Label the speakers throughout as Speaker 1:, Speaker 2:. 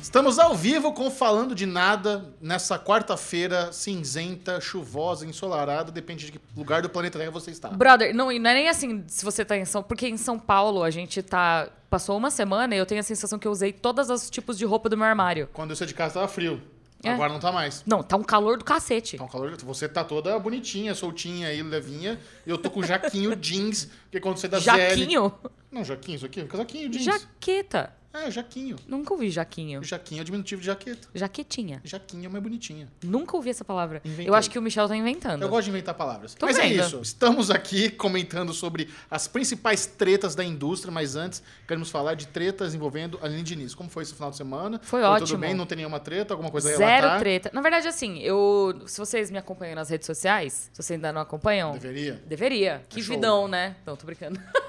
Speaker 1: Estamos ao vivo com Falando de Nada nessa quarta-feira cinzenta, chuvosa, ensolarada, depende de que lugar do planeta Terra você está.
Speaker 2: Brother, não, e não é nem assim se você tá em São... Porque em São Paulo a gente tá... Passou uma semana e eu tenho a sensação que eu usei todos os tipos de roupa do meu armário.
Speaker 1: Quando eu saí de casa tava frio,
Speaker 2: É.
Speaker 1: agora não tá mais.
Speaker 2: Não, tá um calor do cacete.
Speaker 1: Tá um calor, você tá toda bonitinha, soltinha aí, levinha. Eu tô com jaquinho jeans, porque quando você dá Zé...
Speaker 2: Jaquinho?
Speaker 1: Não, jaquinho, isso aqui, é um casaquinho jeans.
Speaker 2: Jaqueta.
Speaker 1: É, jaquinho.
Speaker 2: Nunca ouvi jaquinho.
Speaker 1: Jaquinho é diminutivo de jaqueta.
Speaker 2: Jaquetinha.
Speaker 1: Jaquinha é mais bonitinha.
Speaker 2: Nunca ouvi essa palavra.
Speaker 1: Inventei.
Speaker 2: Eu acho que o Michel tá inventando.
Speaker 1: Eu gosto de inventar palavras.
Speaker 2: Tô
Speaker 1: mas
Speaker 2: vendo.
Speaker 1: é isso. Estamos aqui comentando sobre as principais tretas da indústria, mas antes queremos falar de tretas envolvendo a Aline Diniz. Como foi esse final de semana?
Speaker 2: Foi
Speaker 1: Tudo
Speaker 2: ótimo.
Speaker 1: bem? Não tem nenhuma treta? Alguma coisa a
Speaker 2: Zero
Speaker 1: relatar?
Speaker 2: treta. Na verdade, assim, eu. Se vocês me acompanham nas redes sociais, se vocês ainda não acompanham,
Speaker 1: Deveria.
Speaker 2: Deveria. Que
Speaker 1: Show.
Speaker 2: vidão, né? Não, tô brincando.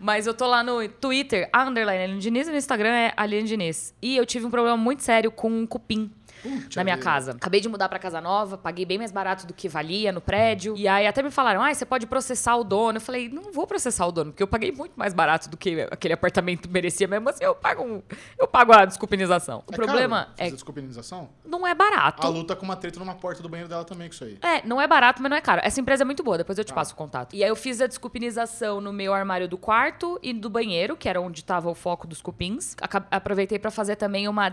Speaker 2: Mas eu tô lá no Twitter, a underline Aline Diniz, e no Instagram é Aline Diniz. E eu tive um problema muito sério com um cupim
Speaker 1: Puta
Speaker 2: na minha
Speaker 1: vida.
Speaker 2: casa. Acabei de mudar pra casa nova, paguei bem mais barato do que valia no prédio. E aí até me falaram, ah, você pode processar o dono. Eu falei, não vou processar o dono, porque eu paguei muito mais barato do que aquele apartamento merecia mesmo. Assim, eu pago, um- eu pago a desculpinização. O
Speaker 1: É
Speaker 2: problema
Speaker 1: caro,
Speaker 2: é
Speaker 1: fazer desculpinização?
Speaker 2: não é barato.
Speaker 1: A Lu tá com uma treta numa porta do banheiro dela também com isso aí.
Speaker 2: É, não é barato, mas não é caro. Essa empresa é muito boa, depois eu
Speaker 1: Tá.
Speaker 2: te passo o contato. E aí eu fiz a desculpinização no meu armário do quarto e do banheiro, que era onde tava o foco dos cupins. Aca- aproveitei pra fazer também uma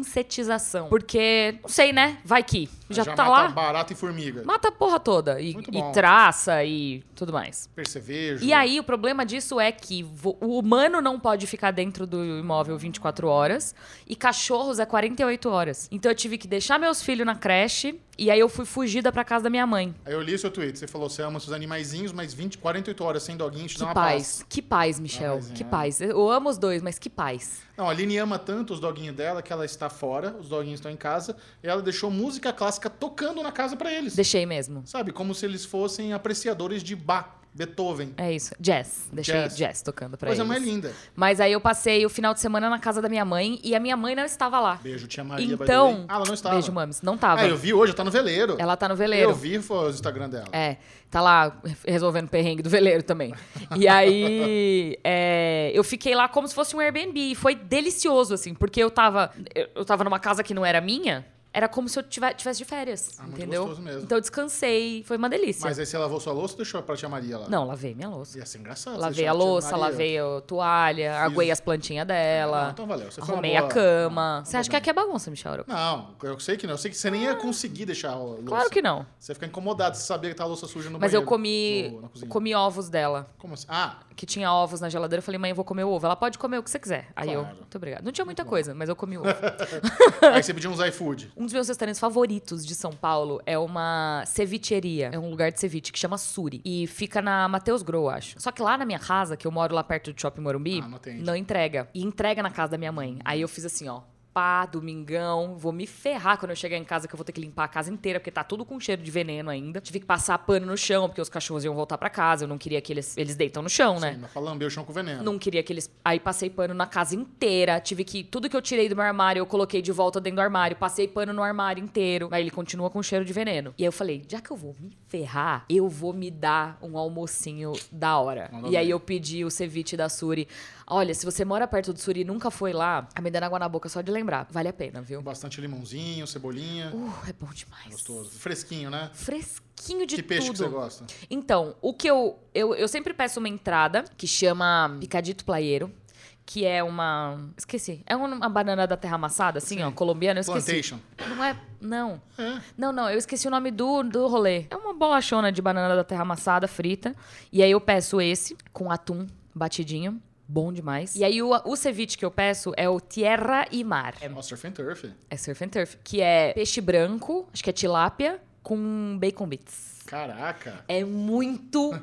Speaker 2: desinsetização. Porque, não sei, né? Vai que. Já, tá
Speaker 1: mata
Speaker 2: lá.
Speaker 1: barata e formiga.
Speaker 2: Mata a porra toda. E,
Speaker 1: Muito
Speaker 2: e
Speaker 1: bom.
Speaker 2: traça e tudo mais.
Speaker 1: Percevejo.
Speaker 2: E aí, o problema disso é que vo- o humano não pode ficar dentro do imóvel 24 horas e cachorros é 48 horas. Então, eu tive que deixar meus filhos na creche e aí eu fui fugida pra casa da minha mãe.
Speaker 1: Aí eu li seu tweet. Você falou, você ama seus animaizinhos, mas 20, 48 horas sem doguinho te
Speaker 2: Que
Speaker 1: dá uma
Speaker 2: paz,
Speaker 1: paz.
Speaker 2: que paz, Michel.
Speaker 1: Dá uma
Speaker 2: que
Speaker 1: pazinha.
Speaker 2: paz. Eu amo os dois, mas que paz.
Speaker 1: Não, a Aline ama tanto os doguinhos dela que ela está fora, os doguinhos estão em casa, e ela deixou música clássica tocando na casa pra eles.
Speaker 2: Deixei mesmo.
Speaker 1: Sabe? Como se eles fossem apreciadores de Bach, Beethoven.
Speaker 2: É isso. Jazz. Deixei
Speaker 1: Jazz.
Speaker 2: jazz, tocando pra
Speaker 1: Coisa
Speaker 2: eles.
Speaker 1: mais linda.
Speaker 2: Mas aí eu passei o final de semana na casa da minha mãe e a minha mãe não estava lá.
Speaker 1: Beijo, tia Maria. by the way.
Speaker 2: então,
Speaker 1: Ah, ela não estava.
Speaker 2: beijo, mames. Não tava.
Speaker 1: Ah, eu vi hoje, ela tá no veleiro.
Speaker 2: Ela tá no veleiro.
Speaker 1: Eu vi foi, o Instagram dela.
Speaker 2: É, tá lá resolvendo perrengue do veleiro também. E aí, é, eu fiquei lá como se fosse um Airbnb. E foi delicioso, assim, porque eu tava, eu, eu tava numa casa que não era minha. Era como se eu tive- tivesse de férias,
Speaker 1: Ah, muito
Speaker 2: entendeu?
Speaker 1: gostoso mesmo.
Speaker 2: Então eu descansei, foi uma delícia.
Speaker 1: Mas aí você lavou sua louça ou deixou pra tia Maria lá?
Speaker 2: Não, lavei minha louça.
Speaker 1: Ia ser engraçado. você
Speaker 2: Lavei
Speaker 1: deixar
Speaker 2: a
Speaker 1: tia
Speaker 2: louça,
Speaker 1: Maria.
Speaker 2: lavei a toalha, aguei as plantinhas dela.
Speaker 1: Ah, então valeu. Você foi uma
Speaker 2: arrumei
Speaker 1: boa-
Speaker 2: a cama. Você
Speaker 1: boa
Speaker 2: acha que
Speaker 1: mãe.
Speaker 2: aqui é bagunça, Michel?
Speaker 1: Não, eu sei que não. Eu sei que você nem ia conseguir deixar a louça.
Speaker 2: Ah. Claro que não.
Speaker 1: Você fica incomodado se sabia que tá a louça suja no
Speaker 2: Mas
Speaker 1: banheiro.
Speaker 2: eu comi,
Speaker 1: no- na cozinha.
Speaker 2: comi ovos dela.
Speaker 1: Como assim? Ah,
Speaker 2: que tinha ovos na geladeira, eu falei, mãe, eu vou comer o ovo. Ela pode comer o que você quiser. Aí eu,
Speaker 1: Claro.
Speaker 2: muito obrigada. Não tinha muita coisa, mas eu comi o ovo.
Speaker 1: aí você pediu uns iFood.
Speaker 2: um dos meus restaurantes favoritos de São Paulo é uma cevicheria. É um lugar de ceviche que chama Suri. E fica na Mateus Grow, eu acho. Só que lá na minha casa, que eu moro lá perto do Shopping Morumbi,
Speaker 1: Ah, não atende.
Speaker 2: não entrega. E entrega na casa da minha mãe. Aí eu fiz assim, ó. Pá, domingão, vou me ferrar quando eu chegar em casa, que eu vou ter que limpar a casa inteira, porque tá tudo com cheiro de veneno ainda. Tive que passar pano no chão, porque os cachorros iam voltar pra casa. Eu não queria que eles, eles deitam no chão, né?
Speaker 1: Ainda pra lamber o chão com veneno.
Speaker 2: Não queria que eles. Aí passei pano na casa inteira. Tive que. Tudo que eu tirei do meu armário, eu coloquei de volta dentro do armário. Passei pano no armário inteiro. Aí ele continua com cheiro de veneno. E aí eu falei: já que eu vou me ferrar, eu vou me dar um almocinho da hora.
Speaker 1: Mandou
Speaker 2: e aí
Speaker 1: bem.
Speaker 2: eu pedi o ceviche da Suri. Olha, se você mora perto do Suri e nunca foi lá, a me dando água na boca só de lembrar. Vale a pena, viu?
Speaker 1: Bastante limãozinho, cebolinha.
Speaker 2: Uh, é bom demais.
Speaker 1: Gostoso. Fresquinho, né?
Speaker 2: Fresquinho de
Speaker 1: que peixe
Speaker 2: tudo.
Speaker 1: que você gosta?
Speaker 2: Então, o que eu, eu. Eu sempre peço uma entrada que chama Picadito Playeiro. Que é uma. Esqueci. É uma, uma banana da terra amassada, assim, ó, colombiana. Eu esqueci.
Speaker 1: Plantation.
Speaker 2: Não é. Não.
Speaker 1: É.
Speaker 2: Não, não, eu esqueci o nome do, do rolê. É uma bolachona de banana da terra amassada, frita. E aí eu peço esse, com atum batidinho. Bom demais. E aí o, o ceviche que eu peço é o Tierra e Mar. É,
Speaker 1: Ó, surf and turf.
Speaker 2: é surf and turf. Que é peixe branco, acho que é tilápia, com bacon bits.
Speaker 1: Caraca.
Speaker 2: É muito bom.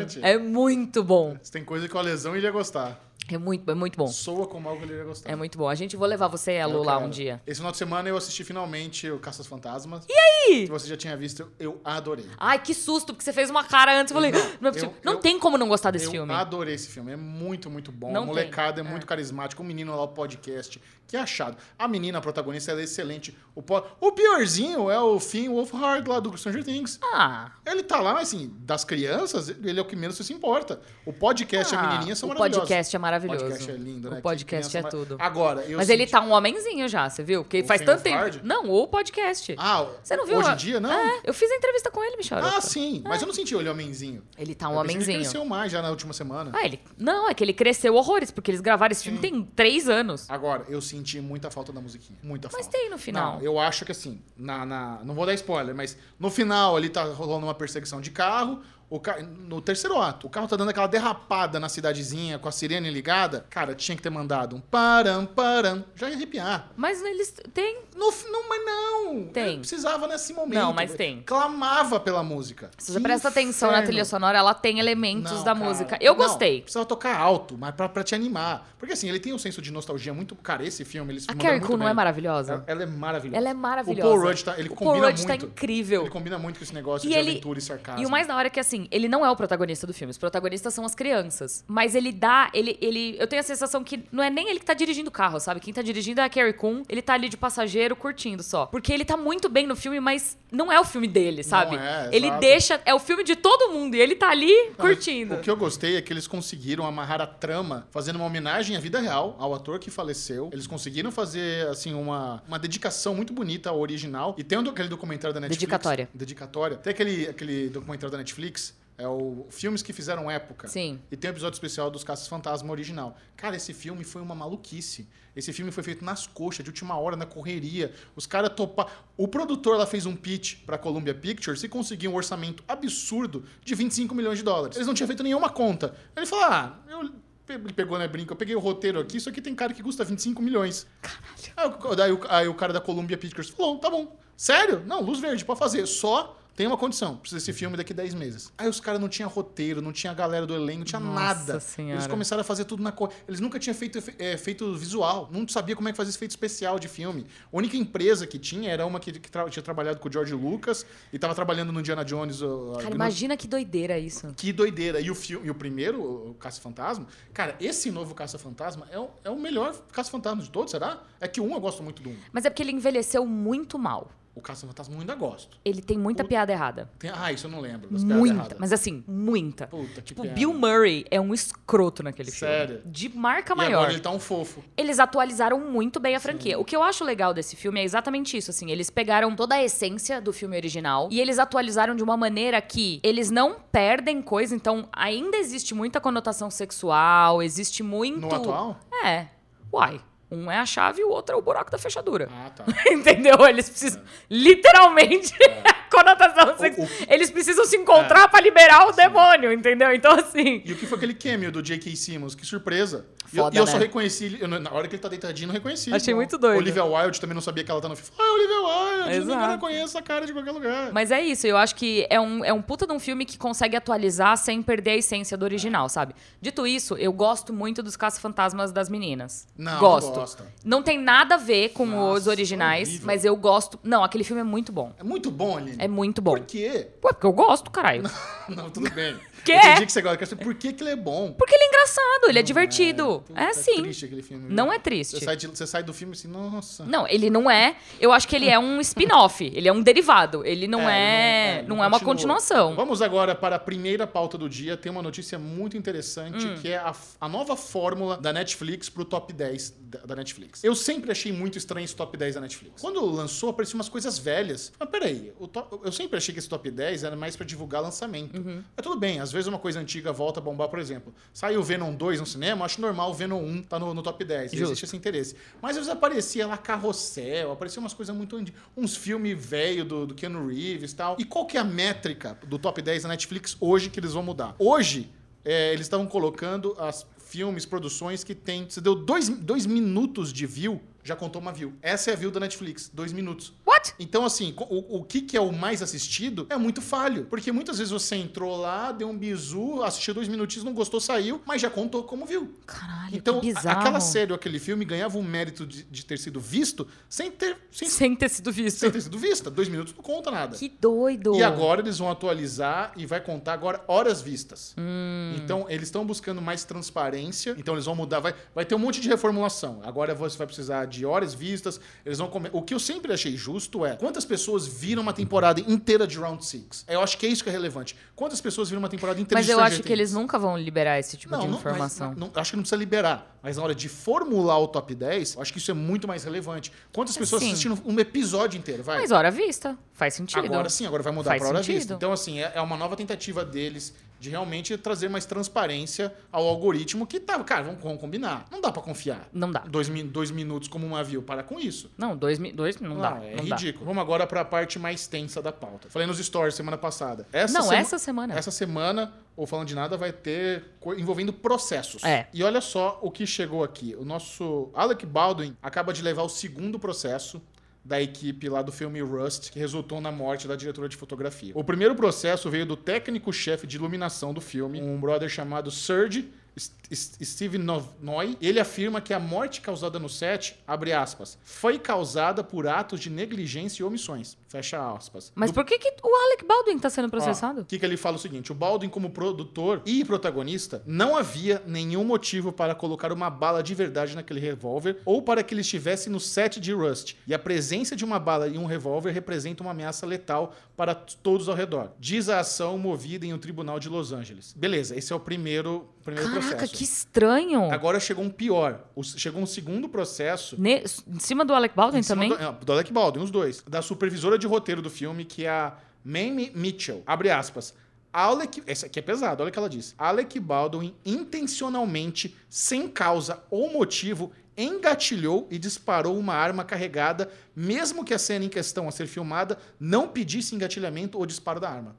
Speaker 1: Interessante.
Speaker 2: É muito bom.
Speaker 1: Você tem coisa que o lesão iria gostar.
Speaker 2: É muito, é muito bom.
Speaker 1: Soa como algo que ele iria gostar.
Speaker 2: É muito bom. A gente vou levar você e a Lu
Speaker 1: Eu
Speaker 2: lá
Speaker 1: quero.
Speaker 2: um dia.
Speaker 1: Esse final de semana eu assisti finalmente o Caça aos Fantasmas. E aí? Se você já tinha visto, eu adorei.
Speaker 2: Ai, que susto, porque você fez uma cara antes. Eu falei, não, é possível.
Speaker 1: eu-
Speaker 2: Não
Speaker 1: eu-
Speaker 2: tem como não gostar desse
Speaker 1: eu
Speaker 2: filme.
Speaker 1: adorei esse filme, é muito, muito bom.
Speaker 2: Não
Speaker 1: a
Speaker 2: tem.
Speaker 1: molecada é, muito carismática, o menino lá, o podcast, que achado. A menina, a protagonista, ela é excelente. O, po- o piorzinho é o Finn Wolfhard lá do Stranger Things.
Speaker 2: Ah,
Speaker 1: Ele tá lá, mas assim, das crianças, ele é o que menos se importa. O podcast e a
Speaker 2: ah,
Speaker 1: menininha são
Speaker 2: o
Speaker 1: maravilhosos.
Speaker 2: podcast é
Speaker 1: O
Speaker 2: maravilhoso.
Speaker 1: podcast é lindo, né?
Speaker 2: O
Speaker 1: Que
Speaker 2: podcast
Speaker 1: criança
Speaker 2: é
Speaker 1: mar-
Speaker 2: tudo.
Speaker 1: Agora, eu
Speaker 2: Mas
Speaker 1: senti-
Speaker 2: ele tá um homenzinho já, você viu? Porque
Speaker 1: O
Speaker 2: faz
Speaker 1: Finn
Speaker 2: tanto tempo.
Speaker 1: Wolfhard?
Speaker 2: Não, o podcast.
Speaker 1: Ah,
Speaker 2: Você não viu
Speaker 1: Hoje
Speaker 2: a-
Speaker 1: em dia, não?
Speaker 2: É, eu fiz a entrevista com ele, Michel.
Speaker 1: ah, sim. Mas eu não senti ele homenzinho.
Speaker 2: Ele tá um
Speaker 1: Eu pensei que Ele
Speaker 2: homenzinho.
Speaker 1: cresceu mais já na última semana.
Speaker 2: Ah, ele... Não, é que ele cresceu horrores, porque eles gravaram esse filme tem três anos.
Speaker 1: Agora, eu senti muita falta da musiquinha. Muita
Speaker 2: Mas
Speaker 1: falta.
Speaker 2: tem no final.
Speaker 1: Não, eu acho que assim, na, na- não vou dar spoiler, mas no final ali tá rolando uma perseguição de carro. O ca- No terceiro ato, o carro tá dando aquela derrapada na cidadezinha com a sirene ligada. Cara, tinha que ter mandado um param, param. Já ia arrepiar.
Speaker 2: Mas eles têm.
Speaker 1: No, fi- não, mas não.
Speaker 2: Tem.
Speaker 1: Eu precisava nesse momento.
Speaker 2: Não, mas tem.
Speaker 1: Clamava pela música.
Speaker 2: Se você
Speaker 1: Que
Speaker 2: presta atenção na
Speaker 1: inferno.
Speaker 2: trilha sonora, ela tem elementos
Speaker 1: Não,
Speaker 2: da
Speaker 1: cara.
Speaker 2: música. Eu
Speaker 1: Não,
Speaker 2: gostei.
Speaker 1: Precisava tocar alto, mas pra, pra te animar. Porque assim, ele tem um senso de nostalgia muito. Cara, esse filme, eles
Speaker 2: A
Speaker 1: mandam
Speaker 2: Carrie
Speaker 1: muito
Speaker 2: Coon não
Speaker 1: bem.
Speaker 2: é maravilhosa?
Speaker 1: Ela- Ela é maravilhosa.
Speaker 2: Ela é maravilhosa.
Speaker 1: O Paul Rudd tá, ele
Speaker 2: O Paul
Speaker 1: combina
Speaker 2: Rudd tá
Speaker 1: muito.
Speaker 2: incrível.
Speaker 1: Ele combina muito com esse negócio
Speaker 2: E
Speaker 1: de
Speaker 2: ele-
Speaker 1: aventura e sarcasmo.
Speaker 2: E o mais da hora é que, assim, ele não é o protagonista do filme. Os protagonistas são as crianças. Mas ele dá. Ele, ele, eu tenho a sensação que não é nem ele que tá dirigindo o carro, sabe? Quem tá dirigindo é a Carrie Coon. Ele tá ali de passageiro curtindo só. Porque ele tá muito bem no filme, mas não é o filme dele, sabe?
Speaker 1: é,
Speaker 2: ele
Speaker 1: exato.
Speaker 2: deixa. É o filme de todo mundo e ele tá ali
Speaker 1: Não, mas
Speaker 2: curtindo.
Speaker 1: Então, assim, O que eu gostei é que eles conseguiram amarrar a trama fazendo uma homenagem à vida real, ao ator que faleceu. Eles conseguiram fazer, assim, uma, uma dedicação muito bonita ao original. E tem um do- aquele documentário da Netflix.
Speaker 2: Dedicatória.
Speaker 1: Dedicatória. Tem aquele, aquele documentário da Netflix. É o Filmes que Fizeram Época.
Speaker 2: Sim.
Speaker 1: E tem um episódio especial dos Caças Fantasma original. Cara, esse filme foi uma maluquice. Esse filme foi feito nas coxas, de última hora, na correria. Os caras toparam. O produtor lá fez um pitch pra Columbia Pictures e conseguiu um orçamento absurdo de 25 milhões de dólares. Eles não tinham feito nenhuma conta. Ele falou: ah, eu. pe- Ele pegou, né, brinco? Eu peguei o roteiro aqui, isso aqui tem cara que custa 25 milhões. Caralho. Aí, o- daí o- aí o cara da Columbia Pictures falou: tá bom. Sério? Não, luz verde, pode fazer. Só tem uma condição: precisa desse filme daqui 10 meses. Aí os caras não tinham roteiro, não tinha a galera do elenco, não tinha
Speaker 2: Nossa
Speaker 1: nada.
Speaker 2: Senhora.
Speaker 1: Eles começaram a fazer tudo na cor. Eles nunca tinham feito efe- eh, feito visual, não sabia como é que fazia esse efeito especial de filme. A única empresa que tinha era uma que, que tra- tinha trabalhado com o George Lucas e tava trabalhando no Indiana Jones. o- a-
Speaker 2: Cara, imagina que doideira isso.
Speaker 1: Que doideira. E o, filme, e o primeiro, o Caça-Fantasma, cara, esse novo Caça-Fantasma é, o- é o melhor Caça-Fantasma de todos, será? É que um eu gosto muito do um.
Speaker 2: Mas é porque ele envelheceu muito mal.
Speaker 1: O Caça-Fantasma eu ainda gosto.
Speaker 2: Ele tem muita
Speaker 1: O-
Speaker 2: piada errada.
Speaker 1: Tem- ah, isso eu não lembro. das piadas
Speaker 2: Muita.
Speaker 1: erradas.
Speaker 2: Mas assim, muita.
Speaker 1: Puta que
Speaker 2: Tipo,
Speaker 1: pena.
Speaker 2: Bill Murray é um escroto naquele
Speaker 1: Sério?
Speaker 2: filme. De marca
Speaker 1: E
Speaker 2: maior.
Speaker 1: agora ele tá um fofo.
Speaker 2: Eles atualizaram muito bem a franquia. O que eu acho legal desse filme é exatamente isso, assim. Eles pegaram toda a essência do filme original e eles atualizaram de uma maneira que eles não perdem coisa. Então, ainda existe muita conotação sexual, existe muito...
Speaker 1: No atual?
Speaker 2: É. Uai. Um é a chave e o outro é o buraco da fechadura.
Speaker 1: Ah, tá.
Speaker 2: Entendeu? Eles precisam. Literalmente,
Speaker 1: É.
Speaker 2: a conotação sexual. Eles precisam se encontrar pra liberar o demônio, entendeu? Então, assim.
Speaker 1: E o que foi aquele cameo do J.K. Simmons? Que surpresa. E eu,
Speaker 2: Foda,
Speaker 1: e eu
Speaker 2: né?
Speaker 1: só reconheci, ele- eu não- na hora que ele tá deitadinho, eu não reconheci.
Speaker 2: Achei
Speaker 1: Então,
Speaker 2: muito doido.
Speaker 1: Olivia Wilde também não sabia que ela tá no filme. Ah, Olivia Wilde,
Speaker 2: Exato.
Speaker 1: ninguém reconhece essa cara de qualquer lugar.
Speaker 2: Mas é isso, eu acho que é um, é um puta de um filme que consegue atualizar sem perder a essência do
Speaker 1: É.
Speaker 2: original, sabe? Dito isso, eu gosto muito dos Caça-Fantasmas das meninas.
Speaker 1: Não, não
Speaker 2: gosto.
Speaker 1: gosta.
Speaker 2: Não tem nada a ver com
Speaker 1: Nossa,
Speaker 2: os originais,
Speaker 1: horrível.
Speaker 2: mas eu gosto. Não, aquele filme é muito bom.
Speaker 1: É muito bom, Aline.
Speaker 2: É muito bom.
Speaker 1: Por quê?
Speaker 2: Pô, é porque eu gosto, caralho.
Speaker 1: Não, tudo bem.
Speaker 2: Quê?
Speaker 1: Eu Entendi que você gosta. Eu quero saber Por que, que ele é bom?
Speaker 2: Porque ele é engraçado, ele é divertido.
Speaker 1: Puta,
Speaker 2: É, sim.
Speaker 1: triste aquele filme.
Speaker 2: Não
Speaker 1: viu?
Speaker 2: é triste.
Speaker 1: Você sai, de- você sai do filme assim, nossa.
Speaker 2: Não, ele não é. Eu acho que ele é um spin-off. ele é um derivado. Ele não
Speaker 1: ele
Speaker 2: é. Não, é,
Speaker 1: ele
Speaker 2: uma
Speaker 1: continua.
Speaker 2: continuação.
Speaker 1: Vamos agora para a primeira pauta do dia. Tem uma notícia muito
Speaker 2: Hum.
Speaker 1: interessante que é a, a nova fórmula da Netflix pro top 10 da, da Netflix. Eu sempre achei muito estranho esse top 10 da Netflix. Quando lançou, apareciam umas coisas velhas. Mas peraí, o to- eu sempre achei que esse top 10 era mais para divulgar lançamento.
Speaker 2: Uhum.
Speaker 1: Mas tudo bem, às vezes uma coisa antiga volta a bombar, por exemplo. Saiu o Venom 2 no cinema, acho normal o Venom 1 tá no, no top 10.
Speaker 2: Justo.
Speaker 1: Existe esse interesse. Mas às vezes aparecia lá carrossel, aparecia umas coisas muito. indi- uns filmes velho do, do Keanu Reeves e tal. E qual que é a métrica do top 10 da Netflix hoje que eles vão mudar? Hoje, é, eles estavam colocando as filmes, produções que tem. Você deu dois, dois minutos de view, já contou uma view. Essa é a view da Netflix, dois minutos.
Speaker 2: What?
Speaker 1: Então, assim, co- o, o que, que é o mais assistido é muito falho. Porque muitas vezes você entrou lá, deu um bizu, assistiu dois minutinhos, não gostou, saiu, mas já contou como viu.
Speaker 2: Caralho,
Speaker 1: Então,
Speaker 2: que
Speaker 1: a-
Speaker 2: bizarro.
Speaker 1: aquela série ou aquele filme ganhava um mérito de, de ter sido visto sem ter, sem,
Speaker 2: Sem ter sido visto.
Speaker 1: sem ter sido vista. Dois minutos não conta nada.
Speaker 2: Que doido.
Speaker 1: E agora eles vão atualizar e vai contar agora horas vistas.
Speaker 2: Hum.
Speaker 1: Então, eles estão buscando mais transparência. Então, eles vão mudar. Vai, vai ter um monte de reformulação. Agora você vai precisar de horas vistas. Eles vão come- O que eu sempre achei justo custo é quantas pessoas viram uma temporada inteira de Round Six. Eu acho que é isso que é relevante. Quantas pessoas viram uma temporada inteira
Speaker 2: Mas
Speaker 1: de
Speaker 2: eu
Speaker 1: Stranger
Speaker 2: acho que
Speaker 1: Things?
Speaker 2: eles nunca vão liberar esse tipo de
Speaker 1: mas-
Speaker 2: informação.
Speaker 1: não- acho que não precisa liberar. Mas na hora de formular o top 10, eu acho que isso é muito mais relevante. Quantas pessoas
Speaker 2: É, Sim.
Speaker 1: assistiram um episódio inteiro? Vai.
Speaker 2: Mas hora à vista. Faz sentido.
Speaker 1: Agora sim, agora vai mudar
Speaker 2: Faz
Speaker 1: pra hora à
Speaker 2: sentido.
Speaker 1: vista. Então, assim, é é uma nova tentativa deles de realmente trazer mais transparência ao algoritmo que tá. Cara, vamos, vamos combinar. Não dá pra confiar.
Speaker 2: Não dá.
Speaker 1: Dois, min- dois minutos como uma view, para com isso.
Speaker 2: Não, dois, mi- dois não, dá.
Speaker 1: é
Speaker 2: não dá.
Speaker 1: ridículo. Vamos agora pra parte mais tensa da pauta. Falei nos stories semana passada. Essa
Speaker 2: não,
Speaker 1: sema-
Speaker 2: essa semana.
Speaker 1: Essa semana, ou falando de nada, vai ter co- envolvendo processos.
Speaker 2: É.
Speaker 1: E olha só o que chegou aqui. O nosso Alec Baldwin acaba de levar o segundo processo da equipe lá do filme Rust, que resultou na morte da diretora de fotografia. O primeiro processo veio do técnico-chefe de iluminação do filme, um brother chamado Serge S- S- Steve Nov- Noy. Ele afirma que a morte causada no set, abre aspas, foi causada por atos de negligência e omissões, fecha aspas. Do
Speaker 2: Mas
Speaker 1: Ah,
Speaker 2: por que, que o Alec Baldwin tá sendo
Speaker 1: o
Speaker 2: processado?
Speaker 1: que, que ele fala o seguinte: o Baldwin, como produtor e protagonista, não havia nenhum motivo para colocar uma bala de verdade naquele revólver ou para que ele estivesse no set de Rust. E a presença de uma bala e um revólver representa uma ameaça letal para t- todos ao redor. Diz a ação movida em um tribunal de Los Angeles. Beleza, esse é o primeiro, primeiro
Speaker 2: Caraca,
Speaker 1: processo. é.
Speaker 2: que estranho.
Speaker 1: Agora chegou um pior. O- chegou um segundo processo
Speaker 2: Ne- em cima do Alec Baldwin
Speaker 1: em cima
Speaker 2: também?
Speaker 1: Do, não, do Alec Baldwin, os dois. Da supervisora de roteiro do filme, que é a Mamie Mitchell. Abre aspas. Alec, essa aqui é pesado, olha o que ela diz. Alec Baldwin intencionalmente, sem causa ou motivo, engatilhou e disparou uma arma carregada, mesmo que a cena em questão a ser filmada não pedisse engatilhamento ou disparo da arma.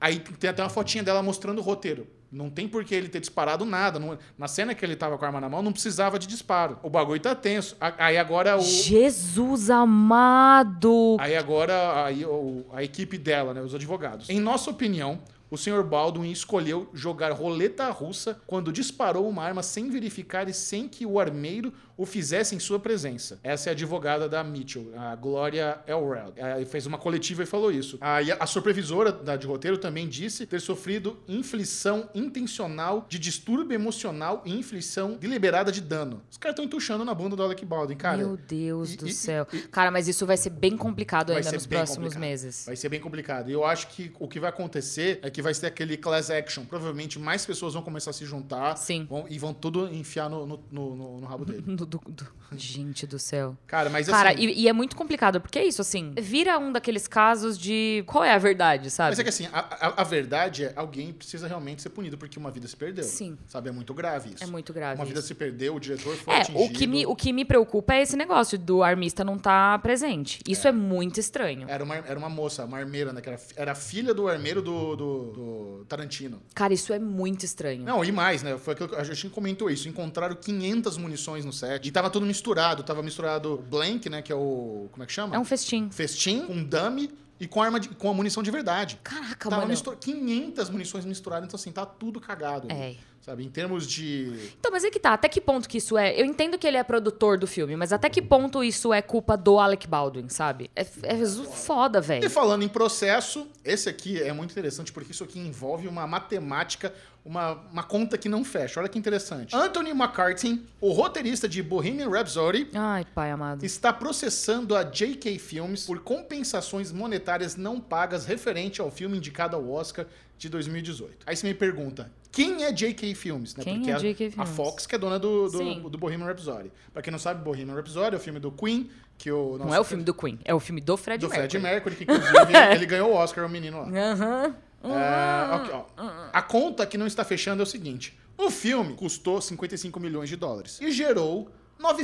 Speaker 1: Aí tem até uma fotinha dela mostrando o roteiro. Não tem por que ele ter disparado nada. Não- na cena que ele tava com a arma na mão, não precisava de disparo. O bagulho tá tenso. A- Aí agora é o,
Speaker 2: Jesus amado!
Speaker 1: Aí agora aí, o- a equipe dela, né, os advogados. Em nossa opinião, o senhor Baldwin escolheu jogar roleta russa quando disparou uma arma sem verificar e sem que o armeiro o fizesse em sua presença. Essa é a advogada da Mitchell, a Gloria Elrod. Ela fez uma coletiva e falou isso. Aí a supervisora da, de roteiro também disse ter sofrido inflição intencional de distúrbio emocional e inflição deliberada de dano. Os caras estão entuchando na bunda do Alec Baldwin, cara.
Speaker 2: Meu Deus
Speaker 1: e-
Speaker 2: do
Speaker 1: e-
Speaker 2: céu. Cara, mas isso vai ser bem complicado
Speaker 1: Vai
Speaker 2: ainda
Speaker 1: ser
Speaker 2: nos
Speaker 1: bem
Speaker 2: próximos
Speaker 1: complicado.
Speaker 2: meses.
Speaker 1: Vai ser bem complicado. E eu acho que o que vai acontecer é que vai ser aquele class action. Provavelmente mais pessoas vão começar a se juntar
Speaker 2: Sim.
Speaker 1: vão- e vão tudo enfiar no, no, no- no- no rabo dele.
Speaker 2: Do- do- do- Gente do céu.
Speaker 1: Cara, mas
Speaker 2: Uhum. Cara,
Speaker 1: assim.
Speaker 2: e, e é muito complicado, porque é isso, assim, vira um daqueles casos de qual é a verdade, sabe?
Speaker 1: Mas é que assim, a, a- a verdade é alguém precisa realmente ser punido porque uma vida se perdeu.
Speaker 2: Sim.
Speaker 1: Sabe? É muito grave isso.
Speaker 2: É muito grave.
Speaker 1: Uma vida
Speaker 2: isso.
Speaker 1: se perdeu, o diretor foi
Speaker 2: É,
Speaker 1: atingido.
Speaker 2: o que, me, o que me preocupa é esse negócio do armista não estar presente. Isso é, muito estranho.
Speaker 1: Era uma, era uma moça, uma armeira, né? Que era, fi- era filha do armeiro do- do- do Tarantino.
Speaker 2: Cara, isso é muito estranho.
Speaker 1: Não, e mais, né? Foi aquilo que a gente comentou isso. Encontraram 500 munições no set. E tava tudo misturado. Tava misturado blank, né? Que é o. Como é que chama?
Speaker 2: É um festim.
Speaker 1: festim, com dummy e com arma de- com a munição de verdade.
Speaker 2: Caraca,
Speaker 1: Tava
Speaker 2: mano.
Speaker 1: mistur... 500 munições misturadas, então assim, tá tudo cagado. né?
Speaker 2: É.
Speaker 1: Sabe? Em termos de.
Speaker 2: Então, mas é que tá. Até que ponto que isso é? Eu entendo que ele é produtor do filme, mas até que ponto isso é culpa do Alec Baldwin, sabe? É, é zo- foda,
Speaker 1: E
Speaker 2: velho.
Speaker 1: falando em processo, esse aqui é muito interessante porque isso aqui envolve uma matemática, uma, uma conta que não fecha. Olha que interessante. Anthony McCarthy, o roteirista de Bohemian Rhapsody,
Speaker 2: Ai, pai amado.
Speaker 1: está processando a JK Films por compensações monetárias não pagas referente ao filme indicado ao Oscar de 2018. Aí você me pergunta, quem é JK Films? né?
Speaker 2: Quem
Speaker 1: Porque
Speaker 2: é
Speaker 1: a-
Speaker 2: J.K.
Speaker 1: A
Speaker 2: Films?
Speaker 1: Fox que é dona do,
Speaker 2: Sim.
Speaker 1: do, do Bohemian Rhapsody. Pra quem não sabe, Bohemian Rhapsody é o filme do Queen, que o...
Speaker 2: Não é o filme do Queen, é o filme do Fred
Speaker 1: do Fred Mercury,
Speaker 2: Mercury.
Speaker 1: que inclusive ele- ele ganhou o Oscar, o menino lá.
Speaker 2: Aham. Uhum. Ah,
Speaker 1: É, ok, ó. A conta que não está fechando é o seguinte: o filme custou 55 milhões de dólares e gerou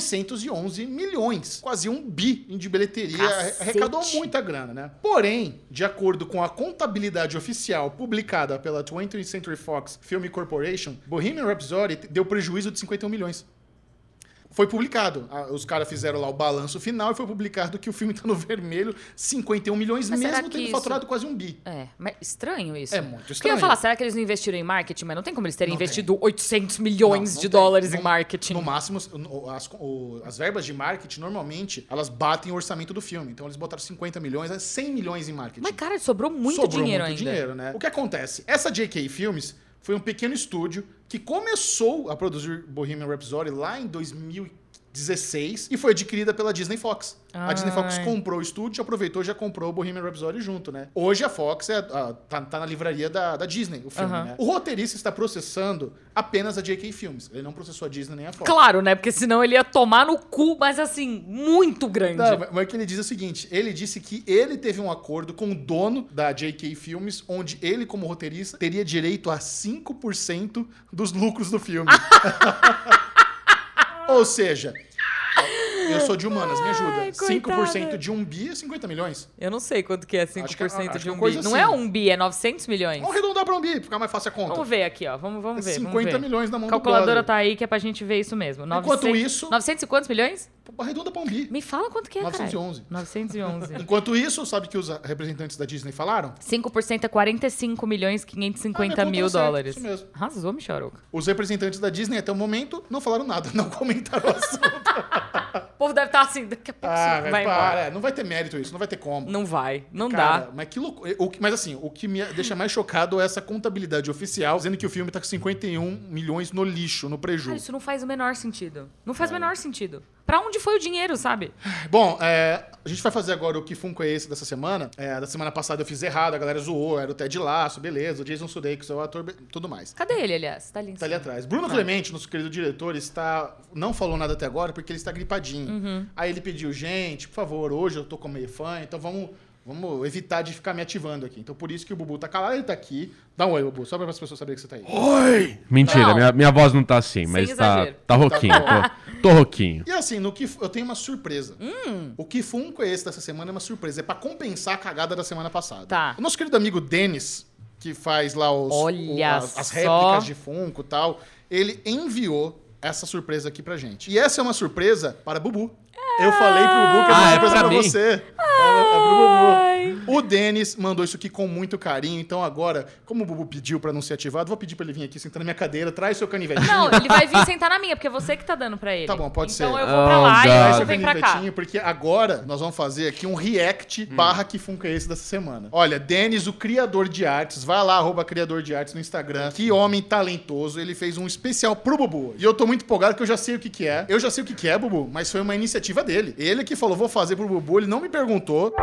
Speaker 1: 911 milhões, quase um bi de bilheteria.
Speaker 2: Cacete.
Speaker 1: Arrecadou muita grana, né? Porém, de acordo com a contabilidade oficial publicada pela 20th Century Fox Film Corporation, Bohemian Rhapsody deu prejuízo de 51 milhões. Foi publicado. Ah, Os caras fizeram lá o balanço final e foi publicado que o filme tá no vermelho 51 milhões,
Speaker 2: Mas será
Speaker 1: mesmo
Speaker 2: que
Speaker 1: tendo
Speaker 2: isso-
Speaker 1: faturado quase um bi.
Speaker 2: É, mas estranho isso.
Speaker 1: É muito
Speaker 2: Porque eu
Speaker 1: estranho.
Speaker 2: ia falar, será que eles não investiram em marketing? Mas não tem como eles terem
Speaker 1: Não
Speaker 2: investido 800 milhões
Speaker 1: Não, não tem.
Speaker 2: de dólares
Speaker 1: No-
Speaker 2: em marketing.
Speaker 1: No máximo, o- as, o- as verbas de marketing, normalmente, elas batem o orçamento do filme. Então, eles botaram 50 milhões, é 100 milhões em marketing.
Speaker 2: Mas, cara, sobrou muito
Speaker 1: Sobrou
Speaker 2: dinheiro
Speaker 1: muito
Speaker 2: ainda.
Speaker 1: dinheiro, né? O que acontece? Essa JK Filmes foi um pequeno estúdio que começou a produzir Bohemian Rhapsody lá em 2015, 16 e foi adquirida pela Disney Fox. A Disney Fox
Speaker 2: Ai.
Speaker 1: comprou o estúdio, aproveitou e já comprou o Bohemian Rhapsody junto, né? Hoje a Fox é, a- tá, tá na livraria da, da Disney, o filme,
Speaker 2: Aham.
Speaker 1: né? O roteirista está processando apenas a JK Filmes. Ele não processou a Disney nem a Fox.
Speaker 2: Claro, né? Porque senão ele ia tomar no cu, mas assim, muito grande.
Speaker 1: Não, mas- mas o que ele diz é o seguinte: ele disse que ele teve um acordo com o dono da JK Filmes, onde ele, como roteirista, teria direito a 5% dos lucros do filme. Ou seja, eu sou de humanas, me ajuda.
Speaker 2: Ai,
Speaker 1: 5%
Speaker 2: coitada.
Speaker 1: de um bi é 50 milhões.
Speaker 2: Eu não sei quanto que é 5%
Speaker 1: Acho que é- acho que
Speaker 2: de
Speaker 1: é
Speaker 2: um bi.
Speaker 1: coisa
Speaker 2: Não
Speaker 1: assim.
Speaker 2: é um bi, é 900 milhões.
Speaker 1: Vamos arredondar para um bi, ficar mais fácil a conta.
Speaker 2: Vamos ver aqui, ó. Vamos, vamos ver.
Speaker 1: 50
Speaker 2: vamos ver.
Speaker 1: milhões na mão
Speaker 2: calculadora
Speaker 1: do brother.
Speaker 2: tá aí que é pra gente ver isso mesmo.
Speaker 1: Enquanto
Speaker 2: 900
Speaker 1: isso-
Speaker 2: 900 e quantos milhões?
Speaker 1: Arredonda para um bi.
Speaker 2: Me fala quanto que é, cara.
Speaker 1: 911.
Speaker 2: 911.
Speaker 1: Enquanto isso, sabe o que os representantes da Disney falaram?
Speaker 2: 5% é 45 milhões
Speaker 1: Ah, minha
Speaker 2: 550
Speaker 1: conta
Speaker 2: mil
Speaker 1: tá certa,
Speaker 2: dólares.
Speaker 1: isso mesmo.
Speaker 2: Arrasou, Micharuca.
Speaker 1: Os representantes da Disney até o momento não falaram nada, não comentaram o assunto.
Speaker 2: O povo deve estar assim, daqui a pouco
Speaker 1: Ah,
Speaker 2: isso
Speaker 1: velho,
Speaker 2: vai embora.
Speaker 1: para. Não vai ter mérito isso, não vai ter como.
Speaker 2: Não vai, não
Speaker 1: Cara,
Speaker 2: dá.
Speaker 1: mas que loucura. O que- Mas assim, o que me deixa mais chocado é essa contabilidade oficial dizendo que o filme tá com 51 milhões no lixo, no
Speaker 2: Cara,
Speaker 1: prejuízo.
Speaker 2: isso não faz o menor sentido. Não faz o menor sentido. Pra onde foi o dinheiro, sabe?
Speaker 1: Bom, é, a gente vai fazer agora o que funko é esse dessa semana. É, da semana passada eu fiz errado, a galera zoou, era o Ted Lasso, beleza, o Jason Sudeikis é o ator, be- tudo mais.
Speaker 2: Cadê ele, aliás? Tá ali, em
Speaker 1: Tá ali
Speaker 2: cima.
Speaker 1: atrás. Bruno Clemente, nosso querido diretor, está não falou nada até agora porque ele está gripadinho. Aí ele pediu, gente, por favor, hoje eu tô com meio fã, então vamos, vamos evitar de ficar me ativando aqui. Então por isso que o Bubu tá calado, ele tá aqui. Dá um oi, Bubu, só para as pessoas saberem que você tá aí.
Speaker 2: Não.
Speaker 3: Mentira, minha, minha voz não tá assim, mas tá,
Speaker 2: exagero. Então
Speaker 3: tá roquinho.
Speaker 1: Tá
Speaker 3: Tô, tô roquinho.
Speaker 1: E assim, no que eu tenho uma surpresa. O que funko é esse dessa semana é uma surpresa, é pra compensar a cagada da semana passada.
Speaker 2: Tá.
Speaker 1: O nosso querido amigo Denis, que faz lá os
Speaker 2: Olha
Speaker 1: as, as
Speaker 2: só.
Speaker 1: réplicas de funko e tal, ele enviou essa surpresa aqui pra gente. E essa é uma surpresa para Bubu. Eu falei pro Bubu que era
Speaker 3: Ah,
Speaker 1: uma
Speaker 3: é
Speaker 1: surpresa
Speaker 3: pra
Speaker 1: pra,
Speaker 3: mim.
Speaker 1: você. É, é pro
Speaker 2: Ai.
Speaker 1: Bubu. O Denis mandou isso aqui com muito carinho. Então agora, como o Bubu pediu pra não ser ativado, vou pedir pra ele vir aqui sentar na minha cadeira, traz seu canivetinho.
Speaker 2: Não, ele vai vir sentar na minha, porque é você que tá dando pra ele.
Speaker 1: Tá bom, pode
Speaker 2: então
Speaker 1: ser.
Speaker 2: Então eu vou pra
Speaker 3: Oh,
Speaker 2: lá e
Speaker 3: God.
Speaker 1: Traz
Speaker 2: você
Speaker 1: seu
Speaker 2: vem pra cá.
Speaker 1: canivetinho, um porque agora nós vamos fazer aqui um react
Speaker 4: Hum.
Speaker 1: barra que funca é esse dessa semana. Olha, Denis, o criador de artes, vai lá, arroba criador de artes no Instagram. Que homem talentoso, ele fez um especial pro Bubu. E eu tô muito empolgado que eu já sei o que que é. Eu já sei o que que é, Bubu, mas foi uma iniciativa dele. Ele que falou, vou fazer pro Bubu, ele não me perguntou.